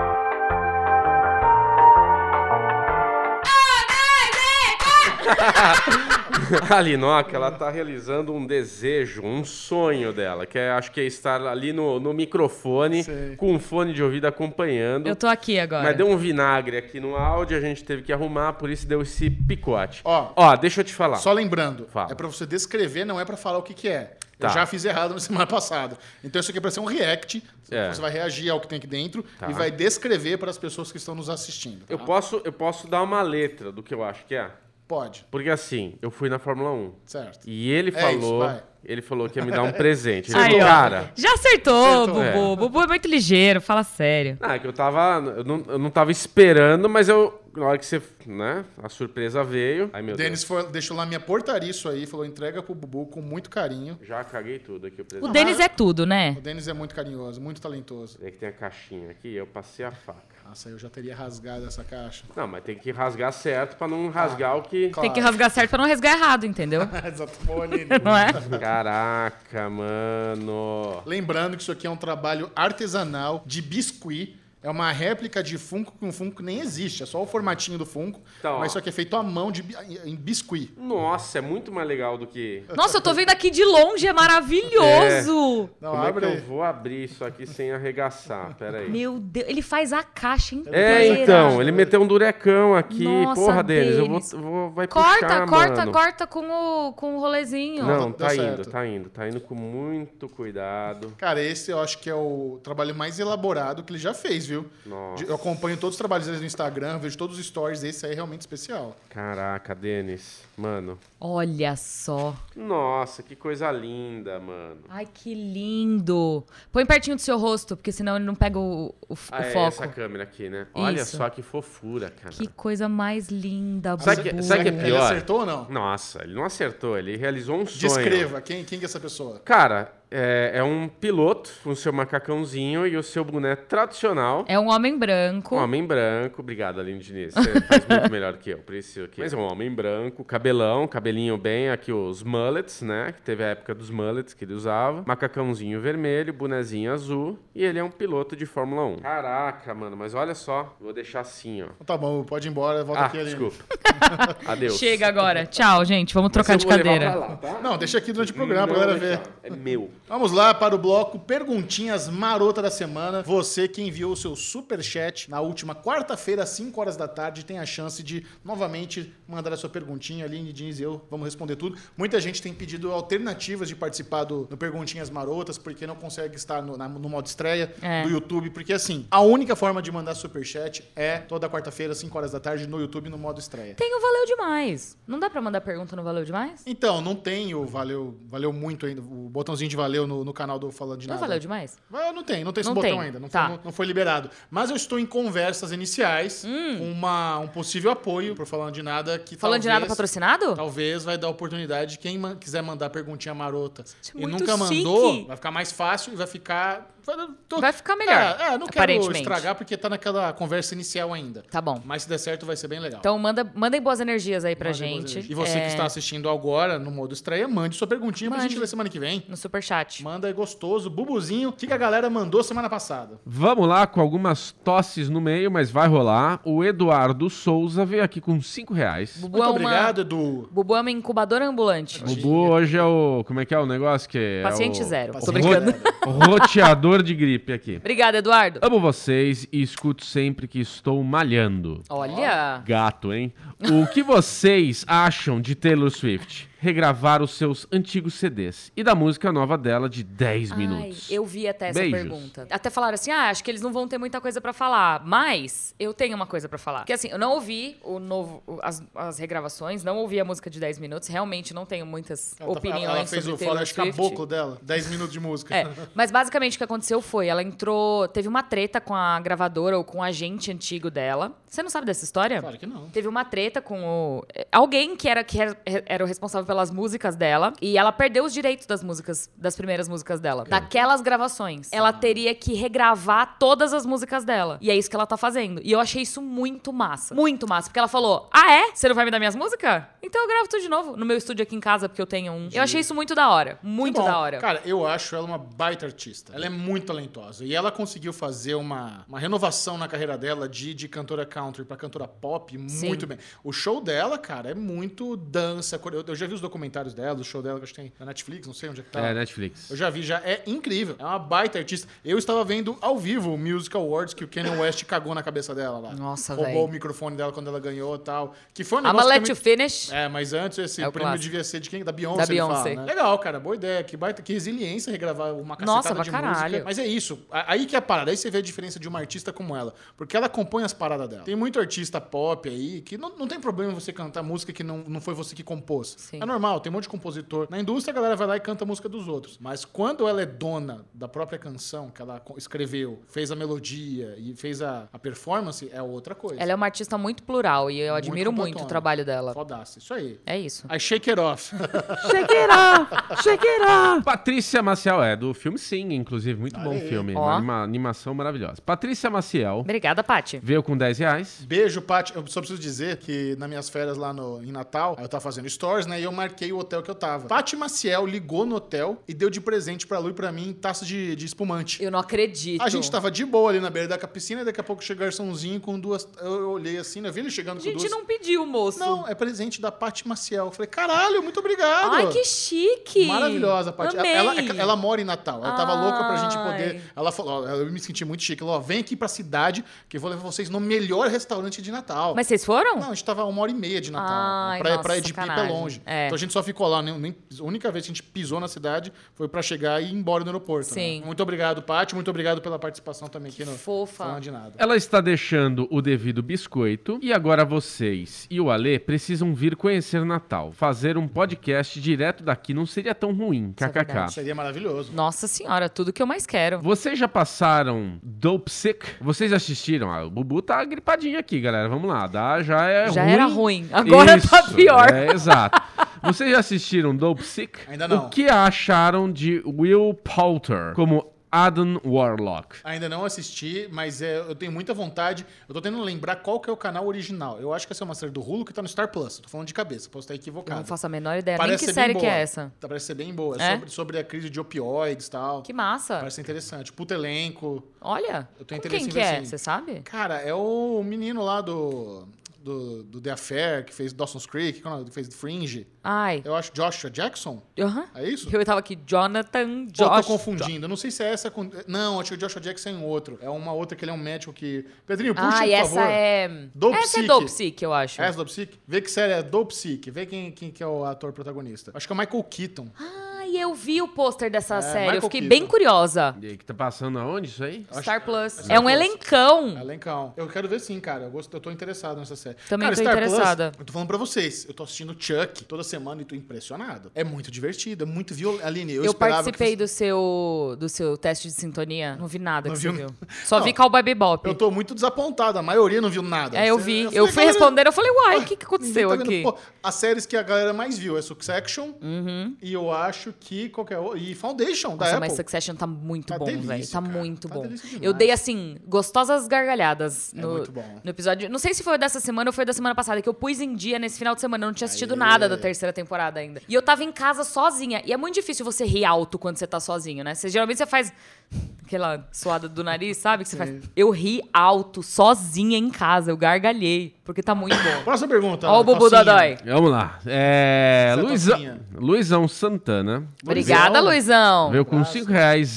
Speaker 4: A Linoca, ela tá realizando um desejo, um sonho dela, que é, acho que é estar ali no, no microfone,
Speaker 1: Sei.
Speaker 4: com um fone de ouvido acompanhando.
Speaker 2: Eu tô aqui agora.
Speaker 4: Mas deu um vinagre aqui no áudio, a gente teve que arrumar, por isso deu esse picote.
Speaker 1: Ó.
Speaker 4: deixa eu te falar.
Speaker 1: Só lembrando,
Speaker 4: Fala.
Speaker 1: é pra você descrever, não é pra falar o que que é. Eu
Speaker 4: Tá.
Speaker 1: já fiz errado na semana passada. Então isso aqui é pra ser um react.
Speaker 4: É.
Speaker 1: Você vai reagir ao que tem aqui dentro
Speaker 4: Tá.
Speaker 1: e vai descrever para as pessoas que estão nos assistindo.
Speaker 4: Eu
Speaker 1: tá?
Speaker 4: posso, eu posso dar uma letra do que eu acho que é?
Speaker 1: Pode,
Speaker 4: Porque assim, eu fui na Fórmula 1.
Speaker 1: certo.
Speaker 4: E ele
Speaker 1: É isso,
Speaker 4: falou,
Speaker 1: vai.
Speaker 4: ele falou que ia me dar um presente. Ele
Speaker 2: Aí,
Speaker 4: falou,
Speaker 2: ó.
Speaker 4: cara,
Speaker 2: Já acertou,
Speaker 1: Acertou.
Speaker 2: Bubu. Bubu é muito ligeiro, fala sério.
Speaker 4: Ah, é que eu tava. Eu não, eu não tava esperando, mas eu. Na hora que você. né? A surpresa veio. Ai, meu
Speaker 1: Denis foi- deixou lá minha portaria isso aí, falou entrega pro Bubu com muito carinho.
Speaker 4: Deus. Já caguei tudo aqui o presente.
Speaker 2: O Denis é tudo,
Speaker 1: O
Speaker 2: né?
Speaker 1: Denis é muito carinhoso, muito talentoso.
Speaker 4: É que tem a caixinha aqui, eu passei a faca.
Speaker 1: Nossa, eu já teria rasgado essa caixa.
Speaker 4: Não, mas tem que rasgar certo pra não rasgar o que.
Speaker 1: claro.
Speaker 2: Tem que rasgar certo pra não rasgar errado, entendeu?
Speaker 1: Exato, bom ali.
Speaker 2: Não é?
Speaker 4: Caraca, mano.
Speaker 1: Lembrando que isso aqui é um trabalho artesanal de biscuit. É uma réplica de Funko que um Funko nem existe. É só o formatinho do Funko.
Speaker 4: Tá, ó.
Speaker 1: mas isso aqui é feito à mão de, bi- em biscuit.
Speaker 4: Nossa, é muito mais legal do que.
Speaker 2: Nossa, eu tô vendo aqui de longe, é maravilhoso!
Speaker 1: Não,
Speaker 4: Como
Speaker 1: abre
Speaker 4: é que
Speaker 1: aí.
Speaker 4: eu vou abrir isso aqui sem arregaçar? Pera aí.
Speaker 2: Meu Deus, ele faz a caixa inteira.
Speaker 4: É, então, ele meteu um durecão aqui.
Speaker 2: Nossa,
Speaker 4: Porra, Denis, eu vou,
Speaker 2: Denis.
Speaker 4: vou- Vai
Speaker 2: Corta,
Speaker 4: puxar,
Speaker 2: corta,
Speaker 4: mano.
Speaker 2: corta com o, com o rolezinho.
Speaker 4: Não,
Speaker 1: Deu
Speaker 4: tá
Speaker 1: certo.
Speaker 4: indo, tá indo, tá indo com muito cuidado.
Speaker 1: Cara, esse eu acho que é o trabalho mais elaborado que ele já fez, viu?
Speaker 4: Nossa.
Speaker 1: Eu acompanho todos os trabalhos dele no Instagram, vejo todos os stories. Esse aí é realmente especial.
Speaker 4: Caraca, Denis, mano.
Speaker 2: Olha só.
Speaker 4: Nossa, que coisa linda, mano.
Speaker 2: Ai, que lindo. Põe pertinho do seu rosto, porque senão ele não pega o, o, f-
Speaker 4: Ah,
Speaker 2: o
Speaker 4: é
Speaker 2: foco.
Speaker 4: essa câmera aqui, né? Olha
Speaker 2: Isso.
Speaker 4: só que fofura, cara.
Speaker 2: Que coisa mais linda,
Speaker 4: Sabe que-
Speaker 2: Bubu.
Speaker 4: sabe que é
Speaker 1: Ele
Speaker 4: pior?
Speaker 1: acertou ou não?
Speaker 4: Nossa, ele não acertou, ele realizou um sonho.
Speaker 1: Descreva, quem, quem que é essa pessoa?
Speaker 4: Cara, é, é um piloto com seu macacãozinho e o seu boné tradicional
Speaker 5: Não.
Speaker 2: É um homem branco.
Speaker 5: Um homem branco, obrigado, Aline Diniz. Você faz muito melhor que eu, preciso que. Mas é um homem branco, cabelão, cabelinho bem, aqui os mullets, né? Que teve a época dos mullets que ele usava. Macacãozinho vermelho, bonezinho azul. E ele é um piloto de Fórmula 1. Caraca, mano, mas olha só. Vou deixar assim, ó.
Speaker 1: Tá bom, pode ir embora, volta
Speaker 5: Ah,
Speaker 1: aqui ali.
Speaker 5: desculpa. Adeus.
Speaker 2: Chega agora. Tchau, gente. Vamos trocar
Speaker 5: Mas
Speaker 2: de
Speaker 5: eu vou levar
Speaker 2: cadeira.
Speaker 5: pra lá, tá?
Speaker 1: Não, deixa aqui durante o
Speaker 4: Hum,
Speaker 1: programa pra
Speaker 5: Não,
Speaker 1: galera
Speaker 5: é
Speaker 1: ver.
Speaker 4: então.
Speaker 5: tchau. É meu.
Speaker 1: Vamos lá para o bloco Perguntinhas Marota da Semana. Você que enviou o seu superchat na última quarta-feira, às 5 horas da tarde, tem a chance de novamente mandar a sua perguntinha. Aline, Diniz e eu vamos responder tudo. Muita gente tem pedido alternativas de participar do, do Perguntinhas Marotas, porque não consegue estar no, na- no modo estreia
Speaker 2: É.
Speaker 1: do YouTube. Porque, assim, a única forma de mandar superchat é toda quarta-feira, às 5 horas da tarde, no YouTube, no modo estreia.
Speaker 2: Tem o Valeu Demais. Não dá pra mandar pergunta no Valeu Demais?
Speaker 1: Então, não tem o valeu, valeu muito ainda, o botãozinho de valeu no, no canal do Falando de
Speaker 2: Não é
Speaker 1: Nada.
Speaker 2: Valeu Demais?
Speaker 1: Ah, não tem, não tem esse
Speaker 2: Não
Speaker 1: botão
Speaker 2: tem,
Speaker 1: ainda, não,
Speaker 2: tá.
Speaker 1: foi, não- não foi liberado. Mas eu estou em conversas iniciais com uma, um possível apoio por falando de nada que
Speaker 2: Hum. Falando de
Speaker 1: talvez-
Speaker 2: nada patrocinado?
Speaker 1: Talvez vai dar oportunidade de quem man- quiser mandar perguntinha marota e
Speaker 2: é muito
Speaker 1: nunca
Speaker 2: chique.
Speaker 1: mandou, vai ficar mais fácil e vai ficar vai, tô-
Speaker 2: Vai ficar melhor,
Speaker 1: É, é, não quero
Speaker 2: aparentemente.
Speaker 1: estragar porque tá naquela conversa inicial ainda.
Speaker 2: Tá bom.
Speaker 1: Mas se der certo vai ser bem legal.
Speaker 2: Então manda, mandem boas energias aí pra
Speaker 1: Mandem boas
Speaker 2: gente.
Speaker 1: energias. E você
Speaker 2: É,
Speaker 1: que está assistindo agora no modo estreia, mande sua perguntinha pra
Speaker 2: Mande.
Speaker 1: gente ler semana que vem.
Speaker 2: No superchat.
Speaker 1: Manda é gostoso, bubuzinho. O que, que a galera mandou semana passada?
Speaker 4: Vamos lá, com algumas tosses no meio, mas vai rolar. O Eduardo Souza veio aqui com 5 reais.
Speaker 2: Bubu
Speaker 1: Muito
Speaker 2: é uma-
Speaker 1: obrigado, Edu.
Speaker 2: Bubu é uma incubadora ambulante.
Speaker 4: O Bu hoje é o. Como é que é o negócio? Que é
Speaker 2: Paciente
Speaker 4: o-
Speaker 2: zero.
Speaker 4: o
Speaker 1: Tô
Speaker 2: brincando.
Speaker 4: ro- Roteador de gripe aqui.
Speaker 2: Obrigada, Eduardo.
Speaker 4: Amo vocês e escuto sempre que estou malhando.
Speaker 2: Olha.
Speaker 4: Gato, hein? O que vocês acham de Taylor Swift regravar os seus antigos CDs e da música nova dela de 10 minutos?
Speaker 2: Ai, eu vi até essa
Speaker 4: Beijos.
Speaker 2: pergunta. Até falaram assim: ah, acho que eles não vão ter muita coisa pra falar. Mas eu tenho uma coisa pra falar. Porque assim, eu não ouvi o novo, o- as, as regravações, não ouvi a música de 10 minutos. Realmente não tenho muitas
Speaker 1: Ela, tá-
Speaker 2: opiniões
Speaker 1: ela fez
Speaker 2: sobre
Speaker 1: o
Speaker 2: Taylor
Speaker 1: Forest
Speaker 2: Swift.
Speaker 1: Caboclo dela. 10 minutos de música.
Speaker 2: É, mas basicamente o que aconteceu foi, ela entrou, teve uma treta com a gravadora ou com o agente antigo dela. Você não sabe dessa história?
Speaker 1: Claro que não.
Speaker 2: Teve uma treta com o. eh, Alguém que era, que era, era o responsável pelas músicas dela. E ela perdeu os direitos das músicas, das primeiras músicas dela. Daquelas gravações.
Speaker 1: Ah.
Speaker 2: Ela teria que regravar todas as músicas dela. E é isso que ela tá fazendo. E eu achei isso muito massa. Muito massa. Porque ela falou: Ah, é? Você não vai me dar minhas músicas? Então eu gravo tudo de novo. No meu estúdio aqui em casa, porque eu tenho um. Eu achei isso muito da hora. Muito
Speaker 1: Bom,
Speaker 2: da hora.
Speaker 1: Cara, eu acho ela uma baita artista. Ela é muito talentosa. E ela conseguiu fazer uma, uma renovação na carreira dela de, de cantora country pra cantora pop
Speaker 2: Sim.
Speaker 1: muito bem. O show dela, cara, é muito dança. core- Eu, eu já vi os documentários dela, o show dela que acho que tem na Netflix, não sei onde é que tá.
Speaker 4: É, Netflix.
Speaker 1: Eu já vi, já é incrível. É uma baita artista. Eu estava vendo ao vivo o Music Awards que o Kanye West cagou na cabeça dela lá.
Speaker 2: Nossa,
Speaker 1: Roubou
Speaker 2: véi.
Speaker 1: o microfone dela quando ela ganhou e tal. Que foi um
Speaker 2: I'm
Speaker 1: negócio.
Speaker 2: let
Speaker 1: também-
Speaker 2: you finish.
Speaker 1: É, mas antes esse
Speaker 2: É o
Speaker 1: prêmio
Speaker 2: clássico.
Speaker 1: devia ser de quem? Da Beyoncé.
Speaker 2: Da
Speaker 1: ele fala,
Speaker 2: Beyoncé.
Speaker 1: né? Legal, cara, boa ideia. Que baita, que resiliência regravar uma cacetada
Speaker 2: Nossa, pra
Speaker 1: de música.
Speaker 2: caralho.
Speaker 1: Mas é isso. A- Aí que é a parada. Aí você vê a diferença de uma artista como ela. Porque ela compõe as paradas dela. Tem muito artista pop aí que não, não tem problema você cantar música que não, não foi você que compôs.
Speaker 2: Sim.
Speaker 1: É normal, tem um monte de compositor. Na indústria, a galera vai lá e canta a música dos outros. Mas quando ela é dona da própria canção que ela co- escreveu, fez a melodia e fez a, a performance, é outra coisa.
Speaker 2: Ela é uma artista muito plural e eu admiro muito o
Speaker 1: completona.
Speaker 2: trabalho dela.
Speaker 1: Fodaça. Isso aí.
Speaker 2: É isso.
Speaker 1: I shake it off.
Speaker 4: Chequeirá! Chequeirá! Patrícia Maciel, é do filme Sim, inclusive. Muito bom filme.
Speaker 2: Ó.
Speaker 4: Uma anima- animação maravilhosa. Patrícia Maciel
Speaker 2: Obrigada, Paty.
Speaker 4: veio com 10 reais.
Speaker 1: Beijo, Paty. Eu só preciso dizer que nas minhas férias lá no, em Natal, aí eu tava fazendo stories, né? E eu marquei o hotel que eu tava. Paty Maciel ligou no hotel e deu de presente pra Lu e pra mim taça de, de espumante.
Speaker 2: Eu não acredito.
Speaker 1: A gente tá tava de boa ali na beira da piscina e daqui a pouco chegou o garçomzinho com duas. Eu olhei assim, né? Eu vi ele chegando
Speaker 2: A
Speaker 1: com
Speaker 2: gente
Speaker 1: duas.
Speaker 2: não pediu, moço.
Speaker 1: Não, é presente da Paty Maciel. Eu falei, caralho, muito obrigado.
Speaker 2: Ai, que chique.
Speaker 1: Maravilhosa a parte.
Speaker 2: Amei.
Speaker 1: Ela, ela mora em Natal. Ela tava
Speaker 2: Ai.
Speaker 1: louca pra gente poder. Ela falou, ó, eu me senti muito chique. Ela, ó, vem aqui pra cidade que eu vou levar vocês no melhor restaurante de Natal.
Speaker 2: Mas vocês foram?
Speaker 1: Não, a gente tava a uma hora e meia de Natal.
Speaker 2: Ai,
Speaker 1: praia,
Speaker 2: nossa,
Speaker 1: praia de Pipa é
Speaker 2: sacanagem.
Speaker 1: longe.
Speaker 2: É.
Speaker 1: Então a gente só ficou lá. Nem, nem- a única vez que a gente pisou na cidade foi pra chegar e ir embora no aeroporto.
Speaker 2: Sim.
Speaker 1: né? Muito obrigado, Paty. Muito obrigado pela participação também aqui no
Speaker 2: fofa.
Speaker 1: Falando de Nada.
Speaker 4: Ela está deixando o devido biscoito e agora vocês e o Alê precisam vir conhecer Natal. Fazer um podcast direto daqui não seria tão ruim,
Speaker 2: é
Speaker 4: kkk.
Speaker 2: verdade.
Speaker 1: Seria maravilhoso.
Speaker 2: Nossa senhora, tudo que eu mais quero.
Speaker 4: Vocês já passaram Dope Sick? Vocês assistiram? Ah, o Bubu tá gripadinho aqui, galera. Vamos lá, dá, já é
Speaker 2: Já
Speaker 4: ruim.
Speaker 2: era ruim, agora tá
Speaker 4: Isso,
Speaker 2: pior.
Speaker 4: É, exato. Vocês já assistiram Dope Sick?
Speaker 1: Ainda não.
Speaker 4: O que acharam de Will Poulter como Adam Warlock.
Speaker 1: Ainda não assisti, mas é, eu tenho muita vontade. Eu tô tentando lembrar qual que é o canal original. Eu acho que essa é uma série do Hulu que tá no Star Plus. Tô falando de cabeça, posso estar
Speaker 2: Eu
Speaker 1: equivocado.
Speaker 2: não faço a menor ideia.
Speaker 1: Parece
Speaker 2: Nem que
Speaker 1: ser bem
Speaker 2: série que
Speaker 1: boa.
Speaker 2: é essa.
Speaker 1: Tá, Parece ser bem boa. É
Speaker 2: É?
Speaker 1: sobre, sobre a crise de opioides e tal.
Speaker 2: Que massa.
Speaker 1: Parece interessante. Puto elenco.
Speaker 2: Olha.
Speaker 1: Eu tenho
Speaker 2: com
Speaker 1: interesse em
Speaker 2: quem que
Speaker 1: ver
Speaker 2: é?
Speaker 1: sim.
Speaker 2: Você sabe?
Speaker 1: Cara, é o menino lá do. Do, do The Affair, que fez Dawson's Creek, que é o nome? que fez Fringe.
Speaker 2: Ai.
Speaker 1: Eu acho Joshua Jackson.
Speaker 2: Aham.
Speaker 1: É isso?
Speaker 2: Eu tava aqui, Jonathan
Speaker 1: Pô,
Speaker 2: Josh.
Speaker 1: tô confundindo. Eu não sei se é essa com. Não, acho que o Joshua Jackson é em outro. É uma outra que ele é um médico que. Pedrinho, puxa,
Speaker 2: Ah,
Speaker 1: por
Speaker 2: e essa
Speaker 1: favor.
Speaker 2: é.
Speaker 1: Dope
Speaker 2: essa
Speaker 1: Sick.
Speaker 2: é Dope Sick, eu acho.
Speaker 1: Essa do Psyche? Vê que série é do Psyche. Vê quem, quem que é o ator protagonista. Acho que é o Michael Keaton.
Speaker 2: Ai, eu vi o pôster dessa série.
Speaker 1: É, Michael
Speaker 2: eu fiquei
Speaker 1: Keaton.
Speaker 2: bem curiosa.
Speaker 4: E aí, que tá passando aonde isso aí?
Speaker 2: Star Plus.
Speaker 1: Star
Speaker 2: É um
Speaker 1: Plus.
Speaker 2: elencão.
Speaker 1: Alencão. Eu quero ver sim, cara. Eu, gosto, eu tô interessado nessa série.
Speaker 2: Também
Speaker 1: cara,
Speaker 2: tô
Speaker 1: Plus,
Speaker 2: interessada.
Speaker 1: eu tô falando pra vocês. Eu tô assistindo Chuck toda semana e tô impressionado. É muito divertido, é muito violento. Aline, eu,
Speaker 2: Eu,
Speaker 1: esperava
Speaker 2: participei
Speaker 1: que...
Speaker 2: do seu do seu teste de sintonia. Não vi nada
Speaker 1: Não
Speaker 2: que
Speaker 1: viu?
Speaker 2: você viu. Só
Speaker 1: Não.
Speaker 2: vi Cowboy Bebop.
Speaker 1: Eu tô muito desapontado. A maioria não viu nada.
Speaker 2: É, eu
Speaker 1: Você-
Speaker 2: vi. Eu,
Speaker 1: falei,
Speaker 2: fui
Speaker 1: "Galera,
Speaker 2: respondendo, eu falei, uai, o que, que
Speaker 1: ninguém
Speaker 2: aconteceu
Speaker 1: tá vendo".
Speaker 2: aqui?
Speaker 1: Pô, as séries que a galera mais viu é Succession e eu acho que qualquer outra. E Foundation da
Speaker 2: Uhum. Nossa,
Speaker 1: Apple.
Speaker 2: mas Succession tá muito
Speaker 1: É, Tá
Speaker 2: bom,
Speaker 1: delícia,
Speaker 2: velho. Tá
Speaker 1: cara.
Speaker 2: muito
Speaker 1: Tá
Speaker 2: bom.
Speaker 1: delícia demais.
Speaker 2: Eu dei, assim, gostosas gargalhadas
Speaker 1: É
Speaker 2: no,
Speaker 1: muito bom.
Speaker 2: no episódio. Não sei se foi o dessa semana ou foi o da semana passada, que eu pus em dia nesse final de semana. Eu não tinha assistido
Speaker 1: Aê.
Speaker 2: nada da terceira temporada ainda. E eu tava em casa sozinha. E é muito difícil você rir alto quando você tá sozinho, né? Você, geralmente você faz aquela suada do nariz, sabe? Que você faz. Eu ri alto, sozinha em casa. Eu gargalhei, porque tá muito bom.
Speaker 1: Próxima pergunta.
Speaker 2: Ó o Bubu
Speaker 1: calcinha.
Speaker 2: Dodói.
Speaker 4: Vamos lá. É,
Speaker 1: Essa
Speaker 4: Luiza-
Speaker 1: toquinha.
Speaker 4: Luizão Santana
Speaker 2: Obrigada, Luizão.
Speaker 4: veio com R$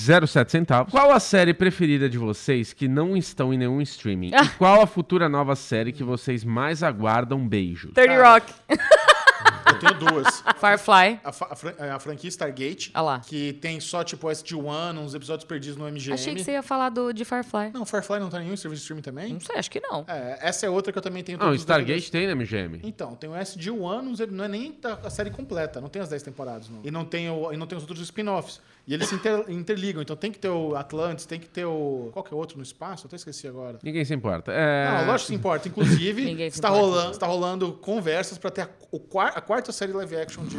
Speaker 4: 5,07. Qual a série preferida de vocês que não estão em nenhum streaming? E qual a futura nova série que vocês mais aguardam? Beijos.
Speaker 2: 30
Speaker 1: Cara.
Speaker 2: Rock,
Speaker 1: Eu tenho duas.
Speaker 2: Firefly.
Speaker 1: A, fa- a fran- é, a franquia Stargate,
Speaker 2: Ah lá.
Speaker 1: que tem só, tipo, SG-1, uns episódios perdidos no MGM.
Speaker 2: Achei que você Hum. ia falar do, de Firefly.
Speaker 1: Não, Firefly não tá em nenhum serviço de streaming também?
Speaker 2: Não sei, acho que não.
Speaker 1: É, essa é outra que eu também tenho
Speaker 4: Não,
Speaker 1: todos os DVDs.
Speaker 4: Stargate tem né, na MGM.
Speaker 1: Então, tem o SG-1, uns- não é nem tá- a série completa, não tem as 10 temporadas. Não. E, não tem o- e não tem os outros spin-offs. E eles se inter- interligam, então tem que ter o Atlantis, tem que ter o... Qual que é o outro no espaço? Eu até esqueci agora.
Speaker 4: Ninguém se importa. É,
Speaker 1: Não, lógico que se importa. Inclusive,
Speaker 2: Ninguém se
Speaker 1: está,
Speaker 2: importa.
Speaker 1: rolando, está rolando conversas para ter a, o quar- a quarta série live action de,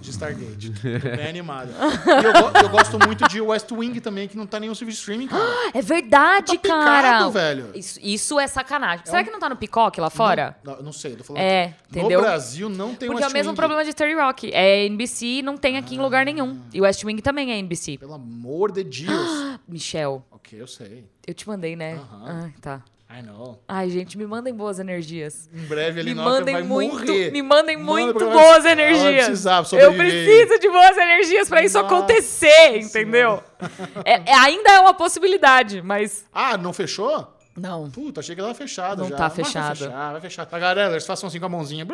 Speaker 1: de Stargate. Tô bem animado. E eu, go- eu gosto muito de West Wing também, que não tá em nenhum serviço de streaming, cara.
Speaker 2: É verdade,
Speaker 1: Tá picado,
Speaker 2: cara.
Speaker 1: velho. um
Speaker 2: Isso, isso é sacanagem. Será que não tá no Picoque lá fora?
Speaker 1: Não, eu não sei, eu tô falando.
Speaker 2: É, entendeu?
Speaker 1: No Brasil não tem
Speaker 2: Porque é o
Speaker 1: West
Speaker 2: mesmo
Speaker 1: Wing. Ah.
Speaker 2: problema de Terry Rock. É NBC e não tem aqui em lugar nenhum. E West Wing também é NBC.
Speaker 1: Pelo amor de Deus.
Speaker 2: Michel,
Speaker 1: ok, eu sei.
Speaker 2: eu te mandei, né?
Speaker 1: Aham.
Speaker 2: Ah, tá.
Speaker 1: I know.
Speaker 2: Ai, gente, me mandem boas energias.
Speaker 1: Em breve ele
Speaker 2: Me
Speaker 1: não
Speaker 2: mandem
Speaker 1: vai
Speaker 2: muito,
Speaker 1: morrer.
Speaker 2: me mandem
Speaker 1: Manda
Speaker 2: muito
Speaker 1: porque vai-
Speaker 2: boas
Speaker 1: vai
Speaker 2: energias.
Speaker 1: precisar
Speaker 2: eu
Speaker 1: sobreviver.
Speaker 2: preciso de boas energias pra isso
Speaker 1: Nossa
Speaker 2: acontecer, entendeu? É- é- ainda é uma possibilidade, mas
Speaker 1: Ah, não fechou?
Speaker 2: não.
Speaker 1: Puta, achei que ela tava fechada
Speaker 2: Não
Speaker 1: já.
Speaker 2: tá
Speaker 1: Mas Vai
Speaker 2: fechada.
Speaker 1: fechar, vai fechar. Tá, galera, eles façam assim com a mãozinha.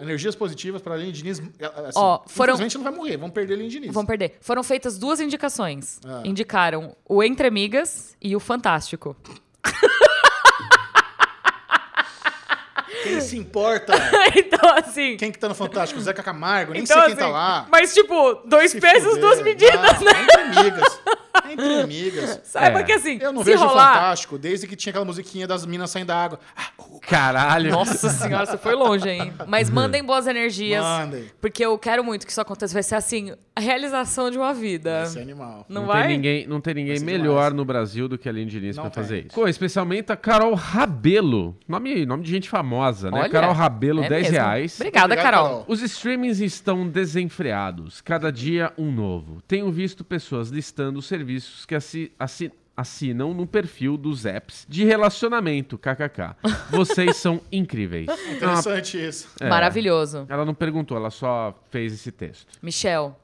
Speaker 1: Energias positivas pra Aline Diniz. Assim,
Speaker 2: Ó, foram-
Speaker 1: Infelizmente não vai morrer, vão perder a Aline Diniz.
Speaker 2: Vão perder. Foram feitas duas indicações.
Speaker 1: Ah.
Speaker 2: Indicaram o Entre Amigas e o Fantástico.
Speaker 1: Quem se importa?
Speaker 2: então, assim.
Speaker 1: quem que tá no Fantástico? Zeca Camargo? Nem
Speaker 2: então,
Speaker 1: sei quem
Speaker 2: assim,
Speaker 1: tá lá.
Speaker 2: Mas, tipo, dois
Speaker 1: Se
Speaker 2: pesos,
Speaker 1: fuder.
Speaker 2: duas medidas,
Speaker 1: Ah,
Speaker 2: né?
Speaker 1: Entre amigas. Entre amigas.
Speaker 2: Saiba
Speaker 4: É.
Speaker 2: que, assim,
Speaker 1: Eu não
Speaker 2: se
Speaker 1: vejo o
Speaker 2: rolar.
Speaker 1: Fantástico desde que tinha aquela musiquinha das minas saindo da água. Ah,
Speaker 4: Caralho.
Speaker 2: Nossa senhora, você foi longe, hein? Mas mandem boas energias.
Speaker 1: Mandem.
Speaker 2: Porque eu quero muito que isso aconteça. Vai ser, assim, a realização de uma vida.
Speaker 1: esse é animal.
Speaker 2: Não,
Speaker 4: Não,
Speaker 2: vai?
Speaker 4: tem ninguém, não tem ninguém
Speaker 1: ser
Speaker 4: melhor
Speaker 1: demais.
Speaker 4: no Brasil do que a Aline Diniz
Speaker 1: Não
Speaker 4: pra
Speaker 1: tem.
Speaker 4: fazer isso. Pô, especialmente a Carol Rabelo. Nome, nome de gente famosa, né?
Speaker 2: Olha,
Speaker 4: Carol Rabelo,
Speaker 2: é
Speaker 4: 10
Speaker 2: mesmo.
Speaker 4: reais.
Speaker 2: Obrigada,
Speaker 1: Obrigado,
Speaker 2: Carol.
Speaker 1: Carol.
Speaker 4: Os streamings estão desenfreados, cada dia um novo. Tenho visto pessoas listando os serviços que assi- assi- assinam no perfil dos apps de relacionamento, kkk. Vocês são incríveis.
Speaker 1: É Interessante isso.
Speaker 4: É.
Speaker 2: Maravilhoso.
Speaker 4: Ela não perguntou, ela só fez esse texto.
Speaker 2: Michel,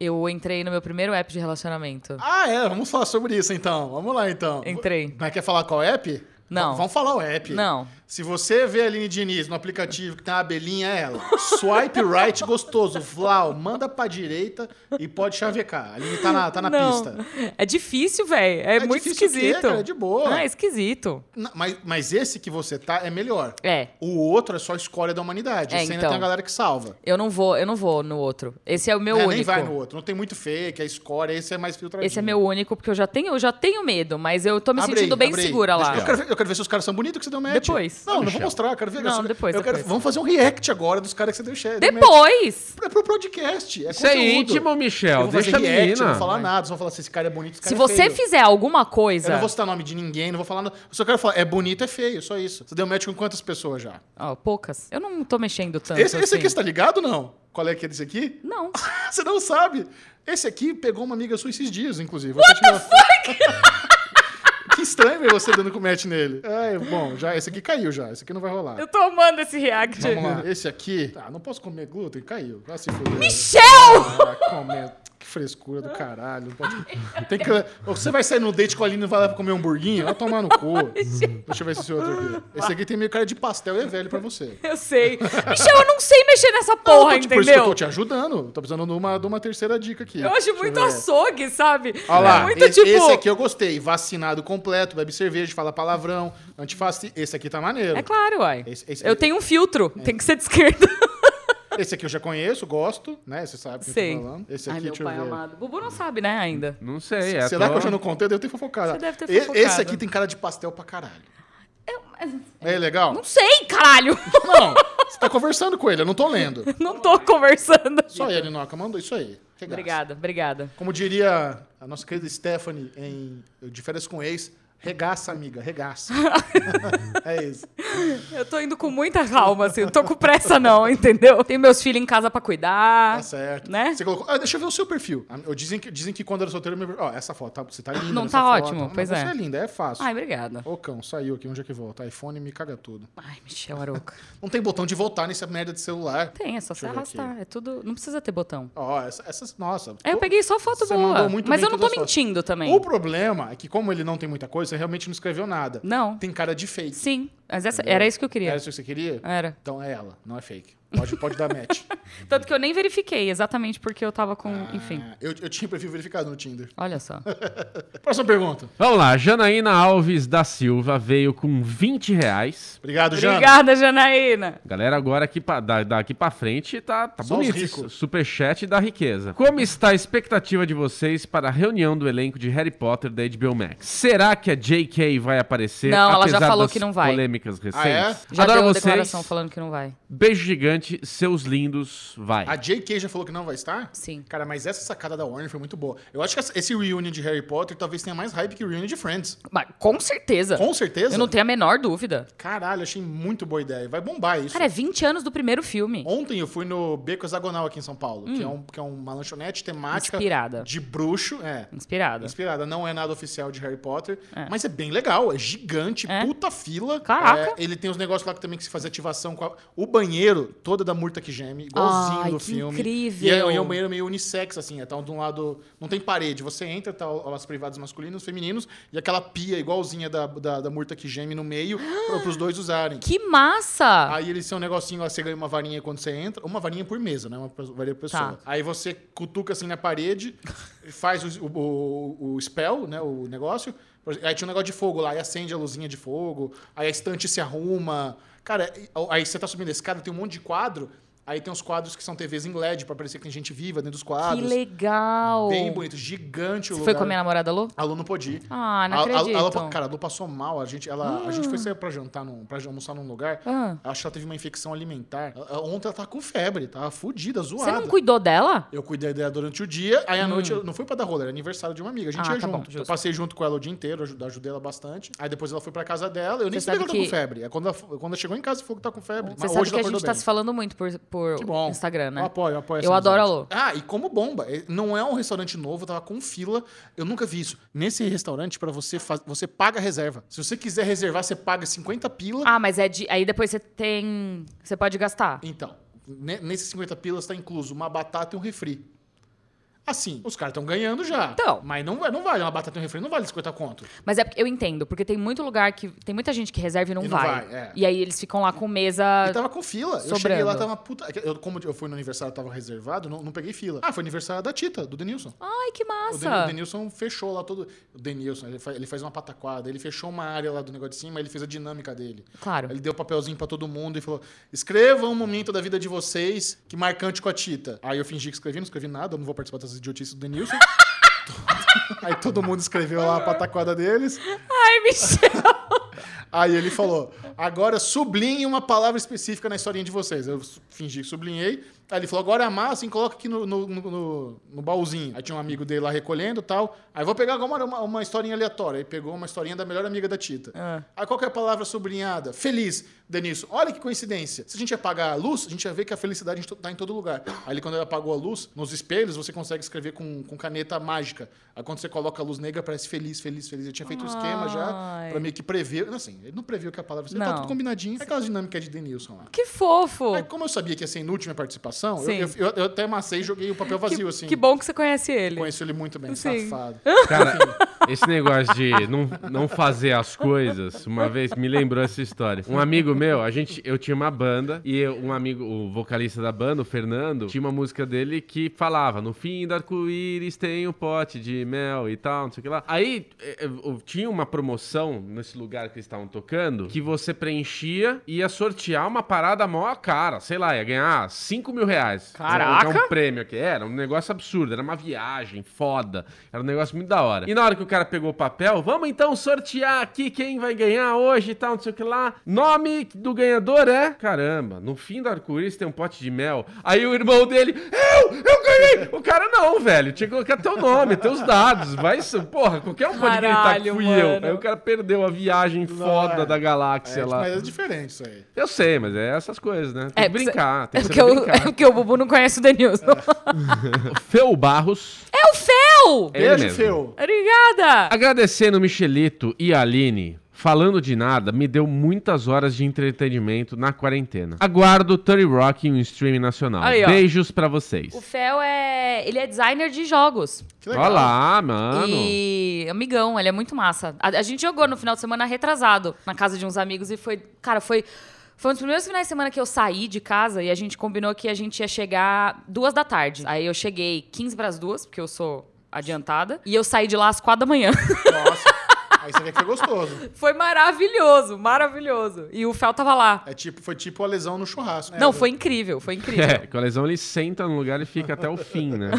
Speaker 2: eu entrei no meu primeiro app de relacionamento.
Speaker 1: Ah, é. Vamos falar sobre isso então. Vamos lá então.
Speaker 2: Entrei.
Speaker 1: Mas quer falar qual app?
Speaker 2: Não.
Speaker 1: V- Vamos falar o app.
Speaker 2: Não.
Speaker 1: Se você vê a Aline Diniz no aplicativo que tem uma abelhinha, é ela. Swipe right gostoso. Vlau, manda pra direita e pode chavecar. A Aline tá na, tá na
Speaker 2: Não.
Speaker 1: pista.
Speaker 2: É difícil, velho. É,
Speaker 1: É
Speaker 2: muito
Speaker 1: difícil o quê,
Speaker 2: esquisito.
Speaker 1: cara? É de boa.
Speaker 2: Não, é esquisito.
Speaker 1: Na- Mas, mas esse que você tá é melhor.
Speaker 2: É.
Speaker 1: O outro é só escolha da humanidade.
Speaker 2: É,
Speaker 1: esse ainda
Speaker 2: então.
Speaker 1: tem uma galera que salva.
Speaker 2: Eu não vou, eu não vou no outro. Esse é o meu
Speaker 1: É,
Speaker 2: único.
Speaker 1: nem vai no outro. Não tem muito fake, é escória. Esse é mais filtradinho.
Speaker 2: Esse é meu único porque eu já tenho, eu já tenho medo, mas eu tô me
Speaker 1: Abre aí,
Speaker 2: sentindo bem
Speaker 1: abre aí.
Speaker 2: segura
Speaker 1: Deixa-
Speaker 2: lá.
Speaker 1: Eu quero, ver- eu quero ver se os caras são bonitos que você deu match.
Speaker 2: Depois.
Speaker 1: Não, não vou mostrar, eu quero ver.
Speaker 2: Não,
Speaker 1: eu só-
Speaker 2: depois,
Speaker 1: eu quero-
Speaker 2: depois.
Speaker 1: vamos fazer um react agora dos caras que você deu match.
Speaker 2: Depois!
Speaker 1: É pro podcast. É
Speaker 4: Isso é
Speaker 1: conteúdo.
Speaker 4: íntimo,
Speaker 1: Eu
Speaker 4: Michel.
Speaker 1: vou fazer
Speaker 4: Deixa a
Speaker 1: react, eu não
Speaker 4: menina.
Speaker 1: vou falar nada, só vou falar se esse cara é bonito, esse cara
Speaker 2: Se
Speaker 1: é
Speaker 2: você
Speaker 1: feio.
Speaker 2: fizer alguma
Speaker 1: Eu
Speaker 2: coisa.
Speaker 1: não vou citar nome de ninguém, não vou falar nada. Eu só quero falar, é bonito, é feio, só isso. Você deu match com quantas pessoas já?
Speaker 2: Ó, poucas. Eu não tô mexendo tanto.
Speaker 1: Esse, esse
Speaker 2: assim.
Speaker 1: aqui, você tá ligado ou não? Qual é que é desse aqui?
Speaker 2: Não.
Speaker 1: Você não sabe. Esse aqui pegou uma amiga sua esses dias, inclusive. What the fuck? que estranho ver você dando com match nele. É, bom, já, esse aqui caiu já. Esse aqui não vai rolar.
Speaker 2: Eu tô amando esse react.
Speaker 1: Vamos lá. Esse aqui... Ah, não posso comer glúten? Caiu. Vai se fuder.
Speaker 2: Michel!
Speaker 1: Ah, come- Que frescura do caralho. não pode- Tem que... Você vai sair no date com a Aline e vai lá pra comer um hamburguinho? Vai tomar no cu. Deixa eu ver se esse outro aqui. Esse aqui tem meio cara de pastel e é velho pra você.
Speaker 2: Eu sei. Michel, eu não sei mexer nessa
Speaker 1: Não,
Speaker 2: porra,
Speaker 1: eu tô te- Por isso que eu tô
Speaker 2: entendeu?
Speaker 1: te ajudando. Tô precisando de uma, de uma terceira dica aqui.
Speaker 2: Eu acho
Speaker 1: Deixa
Speaker 2: muito
Speaker 1: ver.
Speaker 2: açougue, sabe?
Speaker 1: Olha lá,
Speaker 2: É muito
Speaker 1: esse,
Speaker 2: tipo.
Speaker 1: esse aqui eu gostei. Vacinado completo, bebe cerveja, fala palavrão, antifascista. Esse aqui tá maneiro.
Speaker 2: É claro, uai.
Speaker 1: Esse- esse- É.
Speaker 2: eu tenho um filtro. Tem que ser de esquerda.
Speaker 1: Esse aqui eu já conheço, gosto, né? Você sabe o que eu
Speaker 2: Sei.
Speaker 1: tô falando. Esse aqui, deixa eu ver.
Speaker 2: Bubu não sabe, né, ainda.
Speaker 4: Não sei, é.
Speaker 1: Será
Speaker 4: tô-
Speaker 1: que eu já não contei? Eu tenho fofocado.
Speaker 2: Você deve ter
Speaker 1: E-
Speaker 2: fofocado.
Speaker 1: Esse aqui tem cara de pastel pra caralho. É legal?
Speaker 2: Não sei, caralho.
Speaker 1: Não, você tá conversando com ele, eu não tô lendo.
Speaker 2: Não tô conversando.
Speaker 1: Só ele, Noca, mandou isso aí. Que graça.
Speaker 2: Obrigada, obrigada.
Speaker 1: Como diria a nossa querida Stephanie em De Férias com Ex, regaça, amiga, regaça. é isso.
Speaker 2: Eu tô indo com muita calma, assim. Não tô com pressa, não, entendeu? Tenho meus filhos em casa pra cuidar.
Speaker 1: Tá certo.
Speaker 2: Né?
Speaker 1: Você colocou. Ah, deixa eu ver o seu perfil. Ah, eu- Dizem que, dizem que quando era solteiro. meu- Ó, essa foto, tá- você tá linda.
Speaker 2: Não
Speaker 1: nessa
Speaker 2: tá
Speaker 1: foto.
Speaker 2: ótimo,
Speaker 1: Mas
Speaker 2: pois
Speaker 1: você
Speaker 2: é.
Speaker 1: é linda, é fácil.
Speaker 2: Ai, obrigada.
Speaker 1: Ô, cão, saiu aqui, onde é que volta? iPhone me caga tudo.
Speaker 2: Ai, Michel Aroca.
Speaker 1: Não tem botão de voltar nessa merda de celular.
Speaker 2: Tem, é só você
Speaker 1: eu ver
Speaker 2: arrastar. É tudo. Não precisa ter botão.
Speaker 1: Ó, essa- essas. nossa.
Speaker 2: É, eu
Speaker 1: pô,
Speaker 2: peguei só foto
Speaker 1: Você
Speaker 2: boa.
Speaker 1: mandou muito
Speaker 2: Mas
Speaker 1: bem
Speaker 2: eu não tô
Speaker 1: todas as fotos.
Speaker 2: mentindo também.
Speaker 1: O problema é que, como ele não tem muita coisa, você realmente não escreveu nada.
Speaker 2: Não.
Speaker 1: Tem cara de fake.
Speaker 2: Sim. Mas essa, era isso que eu
Speaker 1: Era
Speaker 2: queria.
Speaker 1: isso que você queria?
Speaker 2: Era.
Speaker 1: Então é ela, não é fake. Pode, pode dar match.
Speaker 2: Tanto que eu nem verifiquei, exatamente porque eu tava com. Enfim.
Speaker 1: Ah, eu, eu tinha perfil verificado no Tinder.
Speaker 2: Olha só.
Speaker 1: É Próxima pergunta.
Speaker 4: Vamos lá, Janaína Alves da Silva veio com 20 reais.
Speaker 1: Obrigado, Jana.
Speaker 2: Obrigada, Janaína.
Speaker 4: Galera, agora aqui pra, da- daqui pra frente tá, tá
Speaker 1: Só os
Speaker 4: bonito.
Speaker 1: ricos.
Speaker 4: esse Superchat da riqueza. Como está a expectativa de vocês para a reunião do elenco de Harry Potter da HBO Max? Será que a J.K. vai aparecer?
Speaker 2: Não, ela já
Speaker 4: apesar
Speaker 2: falou
Speaker 4: das
Speaker 2: que não vai.
Speaker 4: polêmicas recentes.
Speaker 1: é?
Speaker 2: Já
Speaker 4: Adoro
Speaker 2: deu uma
Speaker 4: vocês.
Speaker 2: declaração falando que não vai.
Speaker 4: Beijo gigante, seus lindos, vai.
Speaker 1: A JK já falou que não vai estar?
Speaker 2: Sim.
Speaker 1: Cara, mas essa sacada da Warner foi muito boa. Eu acho que essa- esse reunion de Harry Potter talvez tenha mais hype que o reunion de Friends.
Speaker 2: Mas com certeza.
Speaker 1: Com certeza.
Speaker 2: É. Eu não tenho a menor dúvida.
Speaker 1: Caralho, achei muito boa ideia. Vai bombar isso.
Speaker 2: Cara, é 20 anos do primeiro filme.
Speaker 1: Ontem eu fui no Beco Hexagonal aqui em São Paulo, que, é
Speaker 2: Hum.
Speaker 1: um, que é uma lanchonete temática
Speaker 2: Inspirada.
Speaker 1: de bruxo. É.
Speaker 2: Inspirada.
Speaker 1: Inspirada, não é nada oficial de Harry Potter, mas é bem legal, é gigante,
Speaker 2: É.
Speaker 1: puta fila.
Speaker 2: Caraca.
Speaker 1: É, ele tem os negócios lá que também que se faz ativação com a- o banheiro toda da murta que geme, igualzinho
Speaker 2: Ai,
Speaker 1: do
Speaker 2: que
Speaker 1: filme.
Speaker 2: incrível.
Speaker 1: E é, e é um banheiro meio unissex assim, é tá de um lado, não tem parede, você entra, tá aulas privadas masculinos, femininos e aquela pia igualzinha da, da, da murta que geme no meio para os dois usarem.
Speaker 2: Que massa!
Speaker 1: Aí eles têm um negocinho lá, você ganha uma varinha quando você entra. Uma varinha por mesa, né? Uma pe- varinha por pessoa.
Speaker 2: Tá.
Speaker 1: Aí você cutuca assim na parede, faz o, o, o spell, né? O negócio. Por exemplo, Aí tinha um negócio de fogo lá, aí acende a luzinha de fogo, aí a estante se arruma. Cara, e- aí você tá subindo a escada, tem um monte de quadro. Aí tem uns quadros que são TVs em LED, pra parecer que tem gente viva dentro dos
Speaker 2: que
Speaker 1: quadros.
Speaker 2: legal!
Speaker 1: Bem bonito, gigante o
Speaker 2: Você
Speaker 1: lugar.
Speaker 2: foi com a minha namorada, Lu?
Speaker 1: A Lu não podia ir.
Speaker 2: Ah, não
Speaker 1: A- a-
Speaker 2: acredito.
Speaker 1: a Lu pa- cara, a Lu passou mal. A gente, ela, a gente foi sair pra jantar, num, pra almoçar num lugar.
Speaker 2: Ah.
Speaker 1: Acho que ela teve uma infecção alimentar. A- a- Ontem ela tá com febre, tava fudida,
Speaker 2: Você
Speaker 1: zoada.
Speaker 2: não cuidou dela?
Speaker 1: Eu cuidei dela durante o dia, aí à noite eu não fui pra dar rolê, era aniversário de uma amiga. A gente
Speaker 2: Ah,
Speaker 1: ia
Speaker 2: tá bom,
Speaker 1: junto. eu
Speaker 2: justo.
Speaker 1: passei junto com ela o dia inteiro, ajud- ajudei ela bastante. Aí depois ela foi pra casa dela, eu nem sabia que
Speaker 2: Você sabe
Speaker 1: ela tá com
Speaker 2: que-
Speaker 1: febre. É quando ela, quando ela chegou em casa e falou que tá com febre.
Speaker 2: Você
Speaker 1: Mas
Speaker 2: sabe
Speaker 1: hoje
Speaker 2: que a
Speaker 1: ela
Speaker 2: gente
Speaker 1: acordou
Speaker 2: tá
Speaker 1: bem.
Speaker 2: se falando muito por, por
Speaker 1: Que bom.
Speaker 2: Instagram, né?
Speaker 1: Eu apoio, eu apoio
Speaker 2: Eu
Speaker 1: essa
Speaker 2: adoro
Speaker 1: amizade.
Speaker 2: a Lô.
Speaker 1: Ah, e como bomba. É, Não é um restaurante novo, tava com fila. Eu nunca vi isso. Nesse restaurante, pra você, faz- você paga a reserva. Se você quiser reservar, você paga 50 pila.
Speaker 2: Ah, mas é de. Aí depois você tem. Você pode gastar.
Speaker 1: Então, ne- nesses 50 pilas tá incluso uma batata e um refri. Assim, os caras estão ganhando já.
Speaker 2: Então.
Speaker 1: Mas não, vai- não vale. Uma batata e um refri não vale 50 conto.
Speaker 2: Mas é porque eu entendo, porque tem muito lugar que. Tem muita gente que reserva e não,
Speaker 1: E não
Speaker 2: vai.
Speaker 1: vai, é. Então,
Speaker 2: E aí eles ficam lá com mesa.
Speaker 1: E tava com fila. Eu
Speaker 2: Ah, Sobrando.
Speaker 1: cheguei lá, tava uma puta. é Eu, como eu fui no aniversário, tava reservado, não, não peguei fila. Ah, foi aniversário da Tita, do Denilson.
Speaker 2: Ai, que
Speaker 1: O, Den o
Speaker 2: massa!
Speaker 1: Denilson fechou lá todo. O Denilson, ele fa- ele faz uma pataquada, ele fechou uma área lá do negócio de cima, ele fez a dinâmica dele.
Speaker 2: Claro.
Speaker 1: Ele deu papelzinho pra todo mundo e falou: escreva um momento da vida de vocês que é marcante com a Tita. Aí eu fingi que escrevi, não escrevi nada, eu não vou participar dessas idiotices do Denilson. Aí todo mundo escreveu lá a pataquada deles.
Speaker 2: Ai, Michel!
Speaker 1: Aí ele falou: agora sublinhe uma palavra específica na historinha de vocês. Eu su- fingi que sublinhei. Aí ele falou: agora amassa e coloca aqui no, no, no- no- no baúzinho. Aí tinha um amigo dele lá recolhendo e tal. Aí vou pegar agora uma, uma historinha aleatória. Aí pegou uma historinha da melhor amiga da Tita. Aí qual que é a palavra sublinhada? Feliz, Denilson. Olha que coincidência. Se a gente apagar a luz, a gente ia ver que a felicidade tá em todo lugar. Aí ele, quando ele apagou a luz, nos espelhos você consegue escrever com, com caneta mágica. Aí quando você coloca a luz negra, parece feliz, feliz, feliz. Eu tinha feito um esquema já
Speaker 2: Ai.
Speaker 1: pra meio que prever. Assim, ele não previu que a palavra seria. Tá
Speaker 2: Não.
Speaker 1: tudo combinadinho. É aquela dinâmica de Denilson lá.
Speaker 2: Que fofo.
Speaker 1: Aí, como eu sabia que ia ser inútil minha participação, eu,
Speaker 2: Sim.
Speaker 1: eu, eu- eu até amassei e joguei o papel vazio,
Speaker 2: que,
Speaker 1: assim.
Speaker 2: que bom que você conhece ele.
Speaker 1: Conheço ele muito bem,
Speaker 2: Sim.
Speaker 1: safado.
Speaker 4: Cara, esse negócio de não, não fazer as coisas, uma vez me lembrou essa história. Um amigo meu, a gente, eu tinha uma banda e eu- um amigo, o vocalista da banda, o Fernando, tinha uma música dele que falava: "No fim do arco-íris tem um pote de mel e tal, não sei o que lá". Aí eh, eu- eu tinha uma promoção nesse lugar que eles estavam tocando que você preenchia e ia sortear uma parada mó cara, sei lá, ia ganhar 5 mil reais.
Speaker 2: Caraca!
Speaker 4: Era um prêmio aqui. Era um negócio absurdo, era uma viagem foda. Era um negócio muito da hora. E na hora que o cara pegou o papel, vamos então sortear aqui quem vai ganhar hoje e tal, não sei o que lá. Nome do ganhador é. Caramba, no fim do arco-íris tem um pote de mel. Aí o irmão dele, eu! Eu ganhei! O cara não, velho. Tinha que colocar teu nome, teus dados. Vai, isso- porra, qualquer um pode gritar que
Speaker 2: Caralho,
Speaker 4: fui
Speaker 2: mano.
Speaker 4: eu. Aí o cara perdeu a viagem foda
Speaker 1: é.
Speaker 4: da galáxia
Speaker 1: É,
Speaker 4: lá.
Speaker 1: mas é diferente isso aí.
Speaker 4: Eu sei, mas é essas coisas, né? Tem
Speaker 2: É,
Speaker 4: que
Speaker 2: porque
Speaker 4: brincar,
Speaker 2: É
Speaker 4: tem que
Speaker 2: porque,
Speaker 4: saber
Speaker 2: o, é
Speaker 4: brincar.
Speaker 2: porque o Bubu não conhece o Denilson.
Speaker 4: Fel Barros.
Speaker 2: É o Fel!
Speaker 4: Ele
Speaker 1: Beijo,
Speaker 4: mesmo.
Speaker 1: Feu.
Speaker 2: Obrigada!
Speaker 4: Agradecendo Michelito e a Aline, falando de nada, me deu muitas horas de entretenimento na quarentena. Aguardo o 30 Rock em um streaming nacional.
Speaker 2: Aí, ó.
Speaker 4: Beijos pra vocês.
Speaker 2: O Fel é. Ele é designer de jogos.
Speaker 1: Que legal.
Speaker 4: Olha lá, mano.
Speaker 2: E amigão, ele é muito massa. A, a gente jogou no final de semana retrasado na casa de uns amigos e foi. Cara, foi. Foi um dos primeiros finais de semana que eu saí de casa e a gente combinou que a gente ia chegar duas da tarde. Aí eu cheguei 15 para as duas, porque eu sou adiantada. E eu saí de lá às quatro da manhã.
Speaker 1: Nossa. Aí você vê que foi gostoso.
Speaker 2: foi maravilhoso, maravilhoso. E o Fel tava lá.
Speaker 1: É tipo, foi tipo a lesão no churrasco. É.
Speaker 2: Não, foi incrível, foi incrível.
Speaker 4: É, com a lesão ele senta no lugar e fica até o fim, né?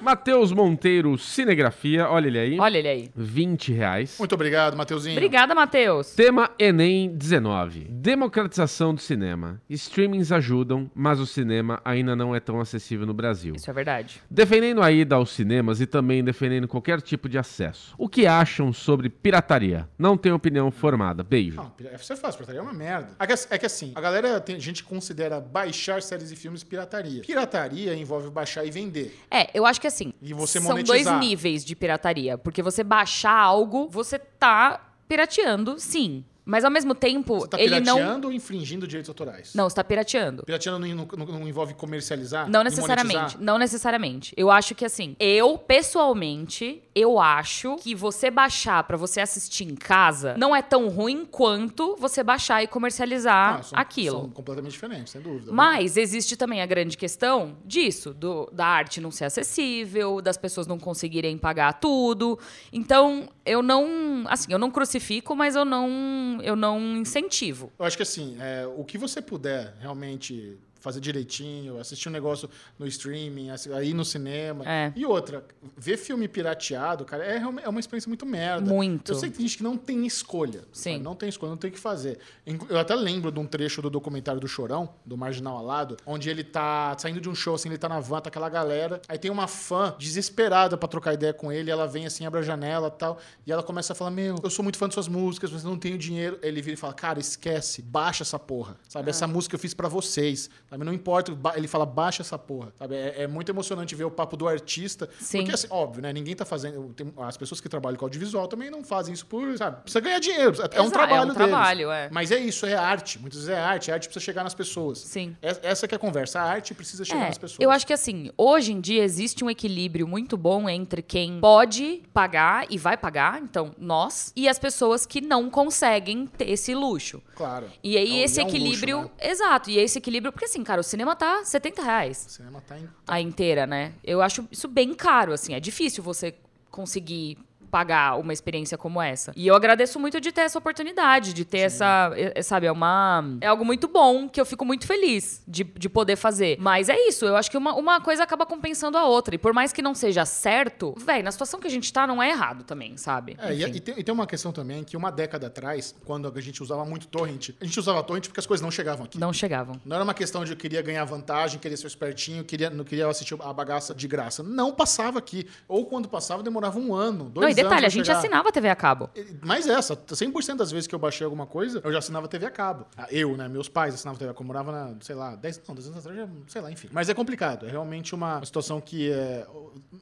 Speaker 4: Matheus Monteiro, Cinegrafia, olha ele aí.
Speaker 2: Olha ele aí.
Speaker 4: 20 reais.
Speaker 1: Muito obrigado, Mateuzinho.
Speaker 2: Obrigada, Matheus.
Speaker 4: Tema Enem 19. Democratização do cinema. Streamings ajudam, mas o cinema ainda não é tão acessível no Brasil.
Speaker 2: Isso é verdade.
Speaker 4: Defendendo a ida aos cinemas e também defendendo qualquer tipo de acesso. O que acham sobre pirataria? Não tenho opinião formada. Beijo.
Speaker 1: Não, pira- isso é fácil, pirataria é uma merda. É que, é que assim, a galera, tem gente que considera baixar séries e filmes pirataria. Pirataria envolve baixar e vender.
Speaker 2: É, eu acho que assim.
Speaker 1: E você
Speaker 2: são
Speaker 1: monetizar.
Speaker 2: dois níveis de pirataria. Porque você baixar algo, você tá pirateando, sim. Mas ao mesmo tempo,
Speaker 1: Você tá
Speaker 2: ele não.
Speaker 1: pirateando ou infringindo direitos autorais?
Speaker 2: Não, você tá pirateando.
Speaker 1: Pirateando não, não- não envolve comercializar?
Speaker 2: Não
Speaker 1: e
Speaker 2: necessariamente,
Speaker 1: monetizar?
Speaker 2: não necessariamente. Eu acho que assim, eu pessoalmente, eu acho que você baixar pra você assistir em casa não é tão ruim quanto você baixar e comercializar
Speaker 1: Ah, são-
Speaker 2: aquilo.
Speaker 1: São completamente diferentes, sem dúvida.
Speaker 2: Mas existe também a grande questão disso, do- da arte não ser acessível, das pessoas não conseguirem pagar tudo. Então, eu não, assim, eu não crucifico, mas eu não, eu não incentivo.
Speaker 1: Eu acho que assim, é, o que você puder realmente fazer direitinho, assistir um negócio no streaming, assi- aí no cinema.
Speaker 2: É.
Speaker 1: E outra, ver filme pirateado, cara, é, realme- é uma experiência muito merda.
Speaker 2: Muito.
Speaker 1: Eu sei que tem gente que não tem escolha.
Speaker 2: Sim.
Speaker 1: sabe? Não tem escolha, não tem o que fazer. Inclu- Eu até lembro de um trecho do documentário do Chorão, do Marginal Alado, onde ele tá saindo de um show, assim, ele tá na van, tá aquela galera. Aí tem uma fã desesperada pra trocar ideia com ele, ela vem assim, abre a janela e tal, e ela começa a falar: Meu, eu sou muito fã de suas músicas, mas eu não tenho dinheiro. Ele vira e fala: Cara, esquece, baixa essa porra. Sabe? Essa música eu fiz pra vocês. Sabe? Não importa. ba- Ele fala, baixa essa porra. Sabe? É, é muito emocionante ver o papo do artista.
Speaker 2: Sim.
Speaker 1: Porque, assim, óbvio, né? Ninguém tá fazendo. tem- as pessoas que trabalham com audiovisual também não fazem isso por. Sabe? Precisa ganhar dinheiro. É um
Speaker 2: Exato,
Speaker 1: trabalho
Speaker 2: é um
Speaker 1: deles.
Speaker 2: trabalho, é.
Speaker 1: Mas é isso, é arte. Muitas vezes é arte. É arte precisa chegar nas pessoas.
Speaker 2: Sim.
Speaker 1: É- Essa que é a conversa. A arte precisa chegar
Speaker 2: É,
Speaker 1: nas pessoas.
Speaker 2: eu acho que assim, hoje em dia existe um equilíbrio muito bom entre quem pode pagar e vai pagar, então nós, e as pessoas que não conseguem ter esse luxo.
Speaker 1: Claro.
Speaker 2: E aí
Speaker 1: É um-
Speaker 2: esse
Speaker 1: é um luxo,
Speaker 2: equilíbrio.
Speaker 1: né?
Speaker 2: Exato, e esse equilíbrio, porque assim, cara, o cinema tá R$ 70 reais.
Speaker 1: O cinema tá em.
Speaker 2: a inteira, né? Eu acho isso bem caro, assim. É difícil você conseguir pagar uma experiência como essa. E eu agradeço muito de ter essa oportunidade, de ter essa. é- é, sabe, é uma. É algo muito bom que eu fico muito feliz de, de poder fazer. Mas é isso, eu acho que uma, uma coisa acaba compensando a outra. E por mais que não seja certo, véi, na situação que a gente tá, não é errado também, sabe?
Speaker 1: É, e,
Speaker 2: Enfim.
Speaker 1: e tem, e tem uma questão também que uma década atrás, quando a gente usava muito torrent, a gente usava torrent porque as coisas não chegavam aqui.
Speaker 2: Não chegavam.
Speaker 1: Não era uma questão de eu queria ganhar vantagem, queria ser espertinho, queria, não queria assistir a bagaça de graça. Não passava aqui. Ou quando passava, demorava um ano, dois
Speaker 2: Não, e
Speaker 1: anos.
Speaker 2: detalhe,
Speaker 1: pra
Speaker 2: a gente
Speaker 1: chegar.
Speaker 2: assinava a TV a cabo.
Speaker 1: Mas essa, 100% das vezes que eu baixei alguma coisa, eu já assinava TV a cabo. Ah, Eu, né? Meus pais assinavam TV a cabo. Eu morava na, sei lá, 10, não, 10 anos atrás, já- sei lá, enfim. Mas é complicado. É realmente uma situação que é,